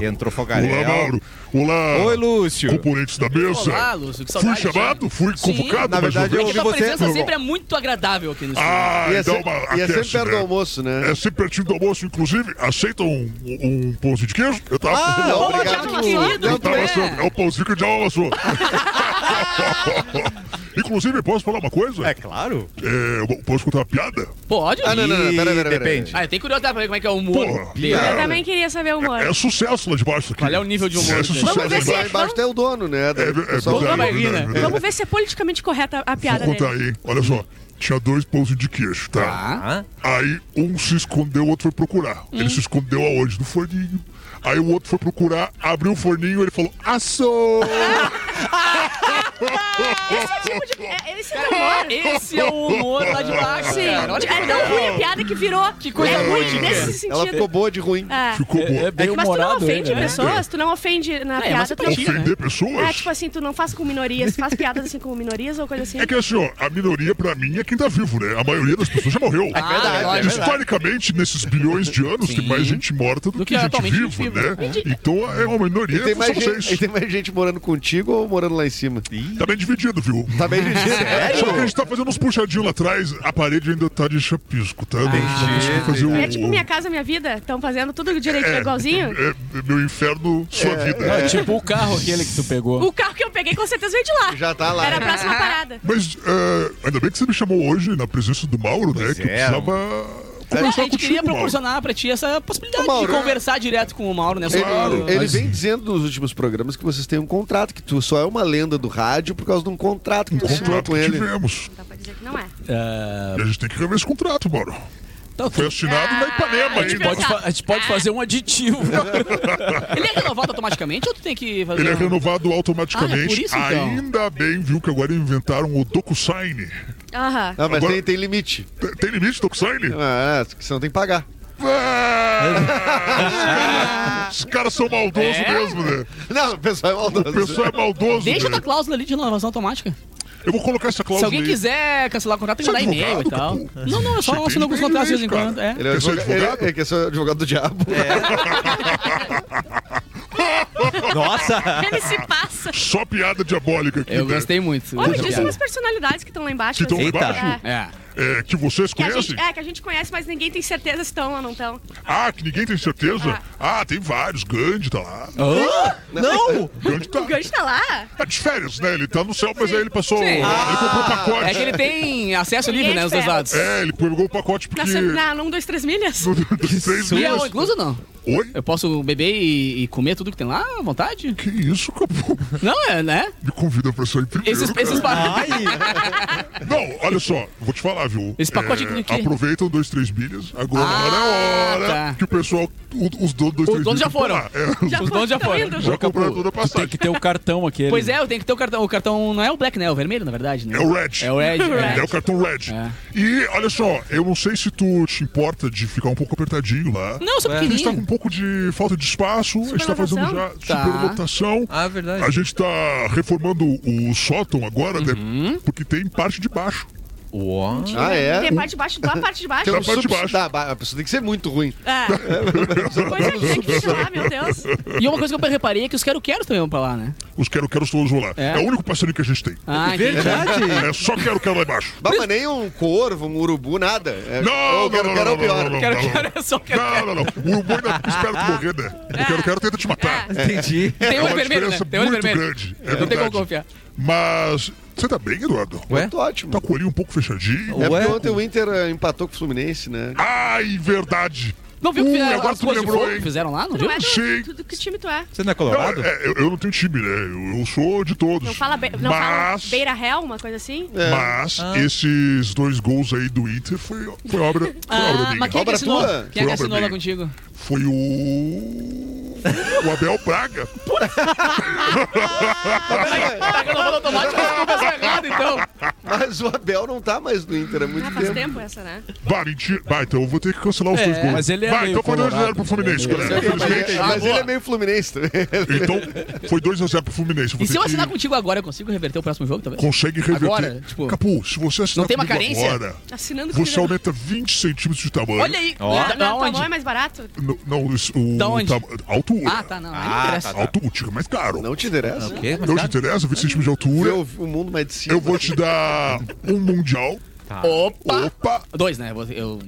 Entrou
Olá,
Fogarel.
Mauro. Olá,
Oi, Lúcio.
componentes da mesa.
Olá, Lúcio, que
Fui
saudade.
chamado? Fui
Sim.
convocado?
Na
mas
verdade,
não
É
eu
vem.
que
ouvi
tua
você.
presença sempre é muito agradável aqui no estúdio.
Ah,
E é
dá uma
sempre, e é sempre
aquece,
perto do
né?
almoço, né?
É sempre pertinho do almoço, inclusive. Aceita um, um pãozinho de queijo? Eu tava...
Ah!
Não,
Ô,
obrigado.
Thiago, querido.
Eu
tu
tava
é.
assando. É o pãozinho que o diabo amassou. inclusive, posso falar uma coisa?
É claro.
É, eu posso contar uma piada?
Pode?
Ah, não, não, não,
Ih,
pera, pera, pera.
Depende.
Ah, eu tenho curiosidade pra ver como é que é o humor
Porra.
dele.
Eu também queria saber o humor.
É sucesso lá de baixo. Aqui.
Qual é o nível de humor
É
dele?
sucesso
Vamos ver
lá
se
de
Lá
baixo.
embaixo tem o dono, né?
É, é,
Pessoal-
verdade,
vai rir, né?
verdade,
Vamos
verdade.
ver se é politicamente correta a piada
Vou contar
dele.
aí. Olha só. Tinha dois pãozinhos de queijo, tá?
Ah,
Aí um se escondeu, o outro foi procurar.
Hum.
Ele se escondeu aonde? No forninho. Aí o outro foi procurar, abriu o forninho, ele falou, assou!
É, Esse é o humor.
Esse é o humor lá de baixo,
Sim.
cara. Olha que
É tão ruim a piada que virou. Que
coisa
é ruim
ruim.
nesse
Ela
sentido.
ficou boa de ruim.
É.
Ficou bom.
É, é bem
Mas tu não
humorado.
ofende
ele, né?
pessoas, tu não ofende na
É, é uma
piada. tu não-
simpatia,
Ofender pessoas?
É, tipo assim, tu não faz com minorias, faz piadas assim com minorias ou coisa assim.
É que assim, ó, a minoria pra mim é quem tá vivo, né? A maioria das pessoas já morreu.
verdade, é verdade.
Historicamente, nesses bilhões de anos, tem mais gente morta do,
Do
que,
que é
gente
atualmente
viva,
gente
né?
viva.
Então é uma minoria,
E tem,
são
mais gente, e
vocês.
tem mais gente morando contigo ou morando lá em cima?
Tá bem dividido, viu?
Tá bem dividido.
Só que a gente tá fazendo uns puxadinhos lá atrás, a parede ainda tá de chapisco, tá? Não consegui fazer um o...
É tipo Minha Casa Minha Vida, estão fazendo tudo direitinho, igualzinho.
É, é meu inferno, sua vida.
É tipo o carro aquele que tu pegou.
O carro que eu peguei com certeza veio de lá.
Já tá lá.
Era a próxima parada.
Mas é, ainda bem que você me chamou hoje na presença do Mauro, né? que eu
é.
precisava
Não, a
conversar
gente
contigo,
queria
Mauro.
proporcionar pra ti essa
é
possibilidade
Ô, Mauro,
de conversar direto com o Mauro, né?
Ele,
Sobre-
ele vem dizendo nos últimos programas que vocês têm um contrato, que tu só é uma lenda do rádio por causa de um contrato que
Um
tu assinou
contrato
com
que
ele.
tivemos.
Não dá pra dizer que não é.
É,
E a gente tem que rever esse contrato, Mauro.
tá,
Foi assinado na Ipanema,
a gente
hein?
pode fa- a gente pode fazer um aditivo.
Ele é renovado automaticamente ou tu tem que fazer.
Ele é
um-
renovado automaticamente.
Ah, é por isso, então.
Ainda bem, viu, que agora inventaram o DocuSign.
Aham.
Ah, mas
Agora-
tem, tem limite.
Tem- Tem limite, DocuSign?
Ah, que senão tem que pagar.
Ah, os caras são maldosos
É?
mesmo, né?
Não, o pessoal é
O
maldoso.
pessoal é maldoso,
Deixa
né?
essa cláusula ali de renovação automática.
Eu vou colocar essa
Se
cláusula
alguém
aí.
quiser cancelar o contrato, tem que
Você
mandar
é
e-mail e tal.
advogado,
Não, não, é
Você
só assinar
entende
alguns
bem
contratos de vez em
inglês,
quando.
cara.
É.
Ele é,
Quer ser
advogado,
advogado?
ele- é que eu sou advogado do diabo.
é
nossa!
Ele se passa.
Só piada diabólica aqui,
Eu
né?
gostei muito.
Olha,
Muito
dizem
obrigado.
umas personalidades que estão lá embaixo.
Que estão lá
assim.
embaixo?
É.
É.
É, que vocês
Que a
conhecem?
gente, é, que a gente conhece, mas ninguém tem certeza se estão ou não estão.
Ah, que ninguém tem certeza? Ah, tem vários. Gandhi tá lá.
Não!
Gandhi tá.
O Gancho tá lá.
Tá de férias, né? Ele tá no céu, mas aí ele passou.
Sim.
Ele comprou o pacote.
É que ele tem acesso livre, né? Os dois lados.
É, ele pegou o pacote
Na,
porque.
sem- na, num, dois, três milhas.
Três
E é
meses.
o incluso ou não?
Oi?
Eu posso beber e, e comer tudo que tem lá à vontade?
Que isso, capô?
Não, é, né?
Me convida pra sair primeiro.
Esses,
cara.
esses bar-
Ai!
Não, Olha só, vou te falar, viu?
Esse pacote aqui do quê?
Aproveitam 2, 3 milhas. Agora
Ah,
é a hora
tá.
que o pessoal, o- os donos do 2, 3
Os donos já
milhas
foram.
É,
Já
Os donos já
tá
foram.
indo.
já compraram toda a
Tu tem
passagem.
que ter o cartão aquele.
Pois é, eu tenho que ter o cartão. O cartão não é o black, né? É o vermelho, na verdade. Né?
É o red.
É o red.
É
é.
o cartão red. E olha só, eu não sei se tu te importa de ficar um pouco apertadinho lá.
Não, eu sou
A gente tá com um
pequenininho.
pouco de falta de espaço, a gente tá fazendo já
Tá.
superlotação.
Ah,
é
verdade.
A gente tá reformando o sótão agora, né? Porque tem parte de baixo.
Uó.
Ah, é?
Tem parte de baixo da parte de baixo.
Tem
Na parte de
subs-
baixo.
Tá, ba- a pessoa tem que ser muito ruim.
Ah, coisa feia que fica lá, meu Deus.
E uma coisa que eu reparei é que os quero quero também vão pra lá, né?
Os quero-queros todos vão lá.
É?
É. o único parceiro que a gente tem.
Ah, entendi.
Verdade.
É só quero-quero lá embaixo.
Bah, mas nem um corvo, um urubu, nada. É,
Não,
eu quero,
não,
quero
não,
o pior.
não, não,
Quero quero é só quero.
Não, não, não. O boi ainda espera tu morrer, né?
É.
O
É.
quero-quero tenta te matar.
Entendi.
Tem
É
olho
uma
vermelho, né?
diferença
Tem olho
muito
vermelho.
grande. É
Não tem como
verdade.
confiar.
Mas você tá bem, Eduardo?
Ué?
Tô ótimo.
Tá com o olhinho um pouco fechadinho?
É
Ué?
porque ontem o Inter eh, empatou com o Fluminense, né?
Ai, verdade.
Não viu o que
Ui,
fizeram
agora
as
tu
coisas de
lembrou,
fogo que
hein?
fizeram lá? Não
Tu
viu?
é
Sim.
do, do que time tu é?
Você não é
Não,
colorado?
é, eu, eu não tenho time, né? Eu, eu sou de todos.
Não fala, be- não
mas,
fala Beira Real, uma coisa assim?
É
Mas esses dois gols aí do Inter foi, foi obra, foi obra
Ah,
minha.
mas quem é que
Obra
assinou?
tua?
Quem é que
Obra
assinou lá
minha.
contigo?
Foi o... O Abel Braga.
Tá que eu não vou no automático, mas tu pensou errado, então.
Mas o Abel não tá mais no Inter, é muito
Ah, faz
tempo.
tempo essa, né?
Bah, mentira. Bah, então eu vou ter que cancelar os
É,
dois gols.
mas ele é
bah,
meio
então foi 2x0
colorado,
pro Fluminense,
né?
galera.
Mas,
Infelizmente.
ele- mas ele é meio Fluminense também.
Então, foi 2x0 pro Fluminense. Eu vou
E
ter
se eu
que-
assinar contigo agora, eu consigo reverter o próximo jogo, talvez?
Consegue reverter.
Agora, tipo,
Capu, se você assinar
não tem uma
comigo
carência?
agora,
Assinando com
você aumenta 20 centímetros de tamanho.
Olha aí,
Ó.
da,
Ah,
da
não, o
tá onde?
tamanho é mais barato?
Não, não, isso- o
Da onde?
tam- altura.
Ah, tá, não. Aí não
Ah,
interessa.
tá.
Altura, o ticket é mais caro. Não,
Não te interessa.
O quê? Mas
te
tá-
interessa, 20 centímetros de altura.
Vê
Eu,
o, o mundo mais de cima.
vou te dar um mundial.
Opa!
Opa!
Dois, né? Eu- Eu...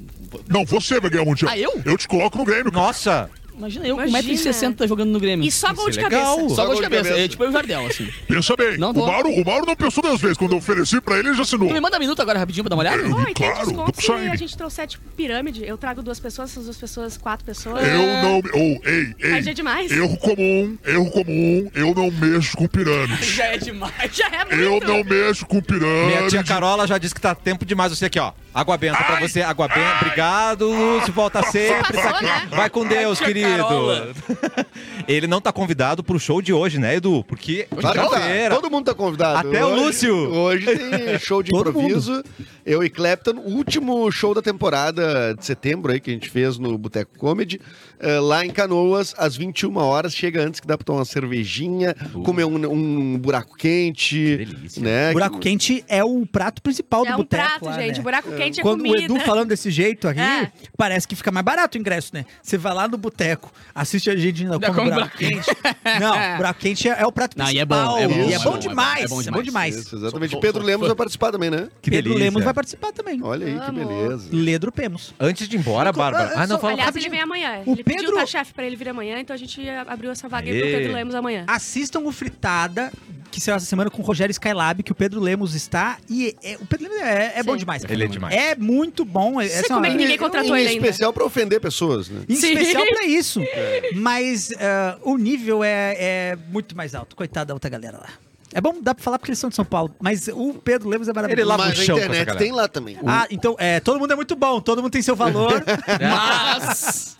Não, você vai ganhar o mundial.
Ah, eu?
Eu te coloco no Grêmio. cara.
Nossa!
Imagina eu com
Imagina.
1,60m jogando no Grêmio.
E só gol de
é legal.
cabeça.
tá
Só gol de cabeça. É tipo eu e o Jardel, assim.
Pensa bem.
Não tô.
o, Mauro, o Mauro não pensou duas vezes. Quando eu ofereci pra ele, ele já assinou.
Tu me manda um minuto agora rapidinho pra dar uma olhada?
Eu-
Ó, e tem
Claro,
desconto
tô
se
saindo.
a gente trouxer, tipo, pirâmide. Eu trago duas pessoas, essas duas pessoas, quatro pessoas.
Eu não. Ou, ei,
Mas é
ei.
demais.
Erro comum, erro comum. Eu não mexo com pirâmide.
Já é demais.
Já é muito.
Eu não mexo com
Minha tia
pirâmide.
Carola já disse que tá tempo demais você aqui, ó. Água benta pra
Ai!
você, água benta.
Ai!
Obrigado, Lúcio. Volta sempre.
Passou,
tá aqui.
né?
Vai com Deus,
tia
querido.
Carola.
Ele não tá convidado pro show de hoje, né, Edu? Porque
Claro que tá.
quinta-feira.
Todo mundo tá convidado.
Até o
Hoje-
Lúcio.
Hoje tem show de
Todo
improviso. Eu e Clapton, o último show da temporada de setembro aí que a gente fez no Boteco Comedy, eh, lá em Canoas, às 21 horas, chega antes que dá pra tomar uma cervejinha, comer um, um buraco quente.
é
delícia.
Né?
Buraco
Que-
quente é o prato principal
É
do
um
boteco.
prato,
lá,
gente.
né?
Buraco quente é
Quando
comida.
o Edu falando desse jeito aqui,
É.
parece que fica mais barato o ingresso, né? Você vai lá no boteco, assiste a gente ainda
Ainda
como
come
buraco quente. Não, buraco quente é, é o prato
Não, e é
principal.
bom, é bom,
E
é
é
bom,
bom demais.
é bom
É bom
demais.
demais.
Isso, exatamente. Pedro Lemos vai participar também, né?
Que
Pedro
delícia.
Lemos vai participar também.
Olha aí, que
Vamos.
beleza.
Ledro Pemos.
Antes de ir embora, Bárbara. Ah, não, fala
Aliás, ele
rapidinho.
vem amanhã.
O
ele pediu
Pedro-
tá chefe pra ele vir amanhã, então a gente abriu essa vaga aí pro
Aê.
Pedro Lemos amanhã.
Ah, Assistam o Fritada, que saiu essa semana com o Rogério Skylab, que o Pedro Lemos está. E é- o Pedro Lemos é, é bom demais.
Ele é demais.
É muito bom.
sei
Essa
como é
uma-
que ninguém contratou ele
Em
ainda.
um especial pra ofender pessoas, né?
Em
Sim.
especial pra isso.
É.
Mas ah, o nível é, é muito mais alto. Coitado da outra galera lá. É bom, dá pra falar porque eles são de São Paulo. Mas o Pedro Lemos é maravilhoso.
Ele lava
Mas
o
a
chão com essa
internet
galera.
tem lá também.
Ah, então, é, todo mundo é muito bom, todo mundo tem seu valor.
Mas...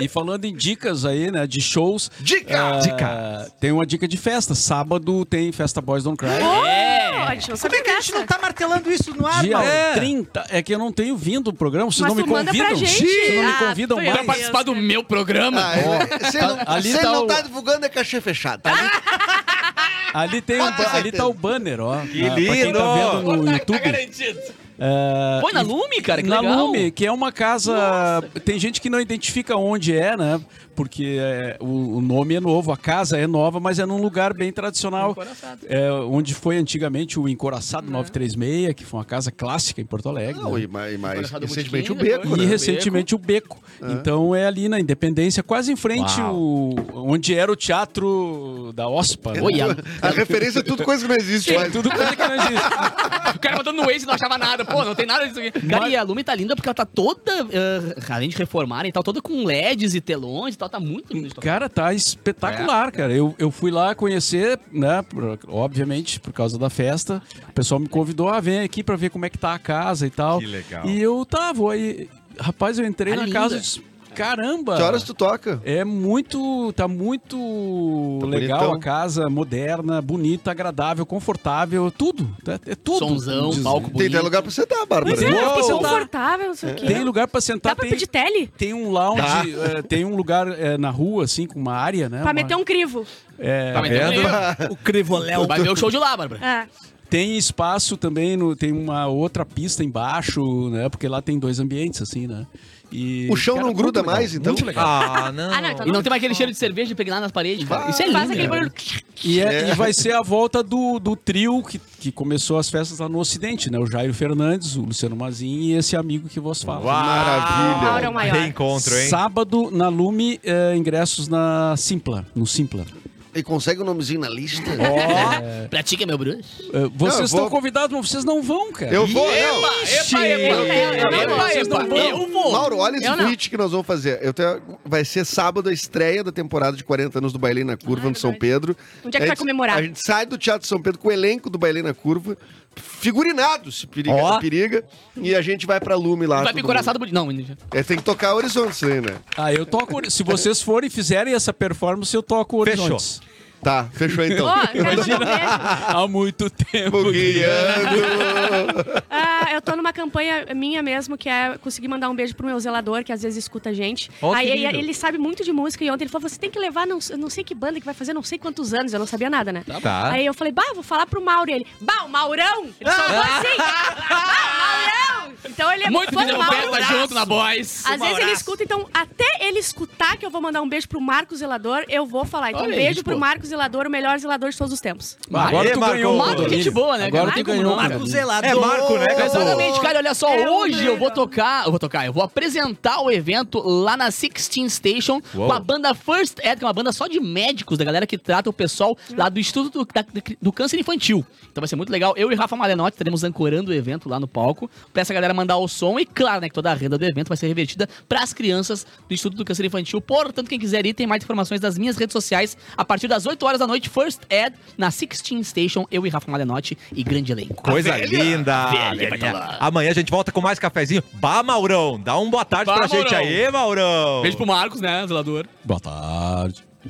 E falando em dicas aí, né, de shows.
Dica!
ah,
Dicas.
Tem uma dica de festa. Sábado tem Festa Boys Don't Cry.
Oh, a gente
Como é
não sabia
que a gente não tá martelando isso no ar,
Dia
Mauro?
30. É que eu não tenho vindo o programa, vocês
Mas
não me
tu manda pra
convidam.
gente.
Vocês não me
Ah,
convidam
foi
mais.
ótimo.
Participar do meu programa?
Ah, ele- se ele não,
ali
se ele
tá
não
o-
tá divulgando, é cachê fechado. Ah!
Ali, tem um-
Com certeza.
ali tá o banner, ó. Que Pra quem
lindo!
tá vendo no
Tá
YouTube.
garantido.
É,
Põe na Lume, cara, que
na
legal.
Lume, que é uma casa. Tem gente que não identifica onde é, né? Porque é, o, o nome é novo, a casa é nova, mas é num lugar bem tradicional. É, onde foi antigamente o Encoraçado 936, que foi uma casa clássica em Porto Alegre.
Não,
né?
e mais, mais
Engraçado,
recentemente o
Botiquim, depois-
beco,
E
Ah, né?
recentemente o Beco. Então é ali na Independência, quase em frente
Uau.
o, onde era o teatro da OSPA. né?
Oi,
A referência é tudo coisa que não existe mais.
Tudo coisa que não existe.
cara botando no Waze e não achava nada. Pô, não tem nada disso aqui. Cara, e a Lume tá linda porque ela tá toda, eh, além de reformarem e tal, toda com LEDs e telões e tal. Tá muito linda. de tocar.
Cara, tá
É.
espetacular, cara. Eu, eu fui lá conhecer, né? por- obviamente, por causa da festa. O pessoal me convidou a vir aqui pra ver como é que tá a casa e tal.
Que legal.
E eu tava aí. Rapaz, eu entrei
Tá
na
linda.
casa e disse, caramba!
Que horas tu toca?
É muito. Tá muito
Tá
legal
bonitão.
a casa, moderna, bonita, agradável, confortável, tudo. É, é tudo.
Sonzão,
Diz-
palco
Tem até
bonito.
lugar pra você dar, Bárbara.
Pois é,
Uou!
eu
tá-
fiquei confortável, não sei
É,
o quê.
Tem lugar pra sentar,
Dá pra
tem,
pedir tele?
tem um lounge, eh, tem um lugar eh, na rua, assim, com uma área, né?
Pra
uma-
meter um crivo.
é,
Tá metendo
aberta.
medo.
O Crivoléu.
Vai ver né, o show de lá, Bárbara.
É.
Tem espaço também, no, tem uma outra pista embaixo, né? Porque lá tem dois ambientes, assim, né? E,
O chão não
muito
gruda
legal,
mais, então?
Muito legal.
Ah, não.
Ah, não, então
E não tem mais aquele cheiro de cerveja de pegar nas paredes, cara. Isso é lindo.
Faz aquele
cara.
barulho.
E, é- e vai ser a volta do, do trio que, que começou as festas lá no Ocidente, né? O Jairo Fernandes, o Luciano Mazin e esse amigo que vos fala.
Aura
Maravilha.
maior.
Reencontro, hein?
Sábado, na Lume, eh, ingressos na Simpla, no Simpla.
E consegue um nomezinho na lista?
Pratica, meu bruxo.
Eh, vocês
eu
estão
vou-
convidados, mas vocês não vão, cara.
Eu vou, não.
Epa, epa, epa, epa,
Vocês não
epa,
vão.
eu vou.
Mauro, olha esse
Eu não.
tweet que nós vamos fazer. Eu tenho- Vai ser sábado a estreia da temporada de 40 anos do Bailei na Curva
Ah,
no São
verdade.
Pedro.
Onde é que
A
vai
gente-
comemorar?
A gente sai do Teatro São Pedro com o elenco do Bailei na Curva, figurinado, se periga,
Ó.
se periga. E a gente vai pra Lume lá.
Vai
todo
picorar
mundo.
assado bonito. Não, menino.
É, tem que tocar Horizontes aí, né?
Ah, eu toco. Se vocês forem e fizerem essa performance, eu toco Horizontes.
Tá, fechou
Ó,
então.
cara, eu tô mesmo.
Há muito tempo.
Bugueando.
Ah, eu tô numa campanha minha mesmo, que é conseguir mandar um beijo pro meu zelador, que às vezes escuta a gente.
Ó, que
Aí ele-
lindo.
ele sabe muito de música e ontem ele falou: você tem que levar não, não sei que banda que vai fazer não sei quantos anos, eu não sabia nada, né?
Tá.
Aí eu falei, bah, vou falar pro Mauro. E ele, bah, o Maurão! Ele só falou assim! bah, o Maurão! Então ele é
Ah. Muito
fã
de
do
Roberta
Mauro. né?
junto na voz.
Às vezes ele escuta, então até ele escutar que eu vou mandar um beijo pro Marcos Zelador, eu vou falar. Então,
Olha
um
aí,
beijo
gente,
pro
pô.
Marcos Zelador, o melhor zelador de todos os tempos.
Ah, Agora
Aê,
tu
Marco.
ganhou. um
Marco é
convite.
gente boa, né,
Agora
cara?
tu
Marco
ganhou. um
Marco
convite.
Zelador.
É Marco, né, Gabu?
Exatamente, cara. Olha só,
É um
hoje eu vou
beijo.
tocar, eu vou tocar, eu vou apresentar o evento lá na 16 Station
Uou.
com a banda First Ed, que é uma banda só de médicos, da galera que trata o pessoal lá do Instituto do, da- do Câncer Infantil. Então vai ser muito legal. Eu e Rafa Malenotti estaremos ancorando o evento lá no palco pra essa galera mandar o som e, claro, né, que toda a renda do evento vai ser revertida pras crianças do Instituto do Câncer Infantil. Portanto, quem quiser ir, tem mais informações das minhas redes sociais a partir das 8 horas da noite, First Ed, na 16 Station, eu e Rafa Malenotti e grande elenco.
Coisa linda!
velha vai tá lá.
Amanhã a gente volta com mais cafezinho. Bah, Maurão, dá um boa tarde
Bah,
pra gente
Maurão.
aí, Maurão!
Beijo pro Marcos, né, zelador.
Boa tarde.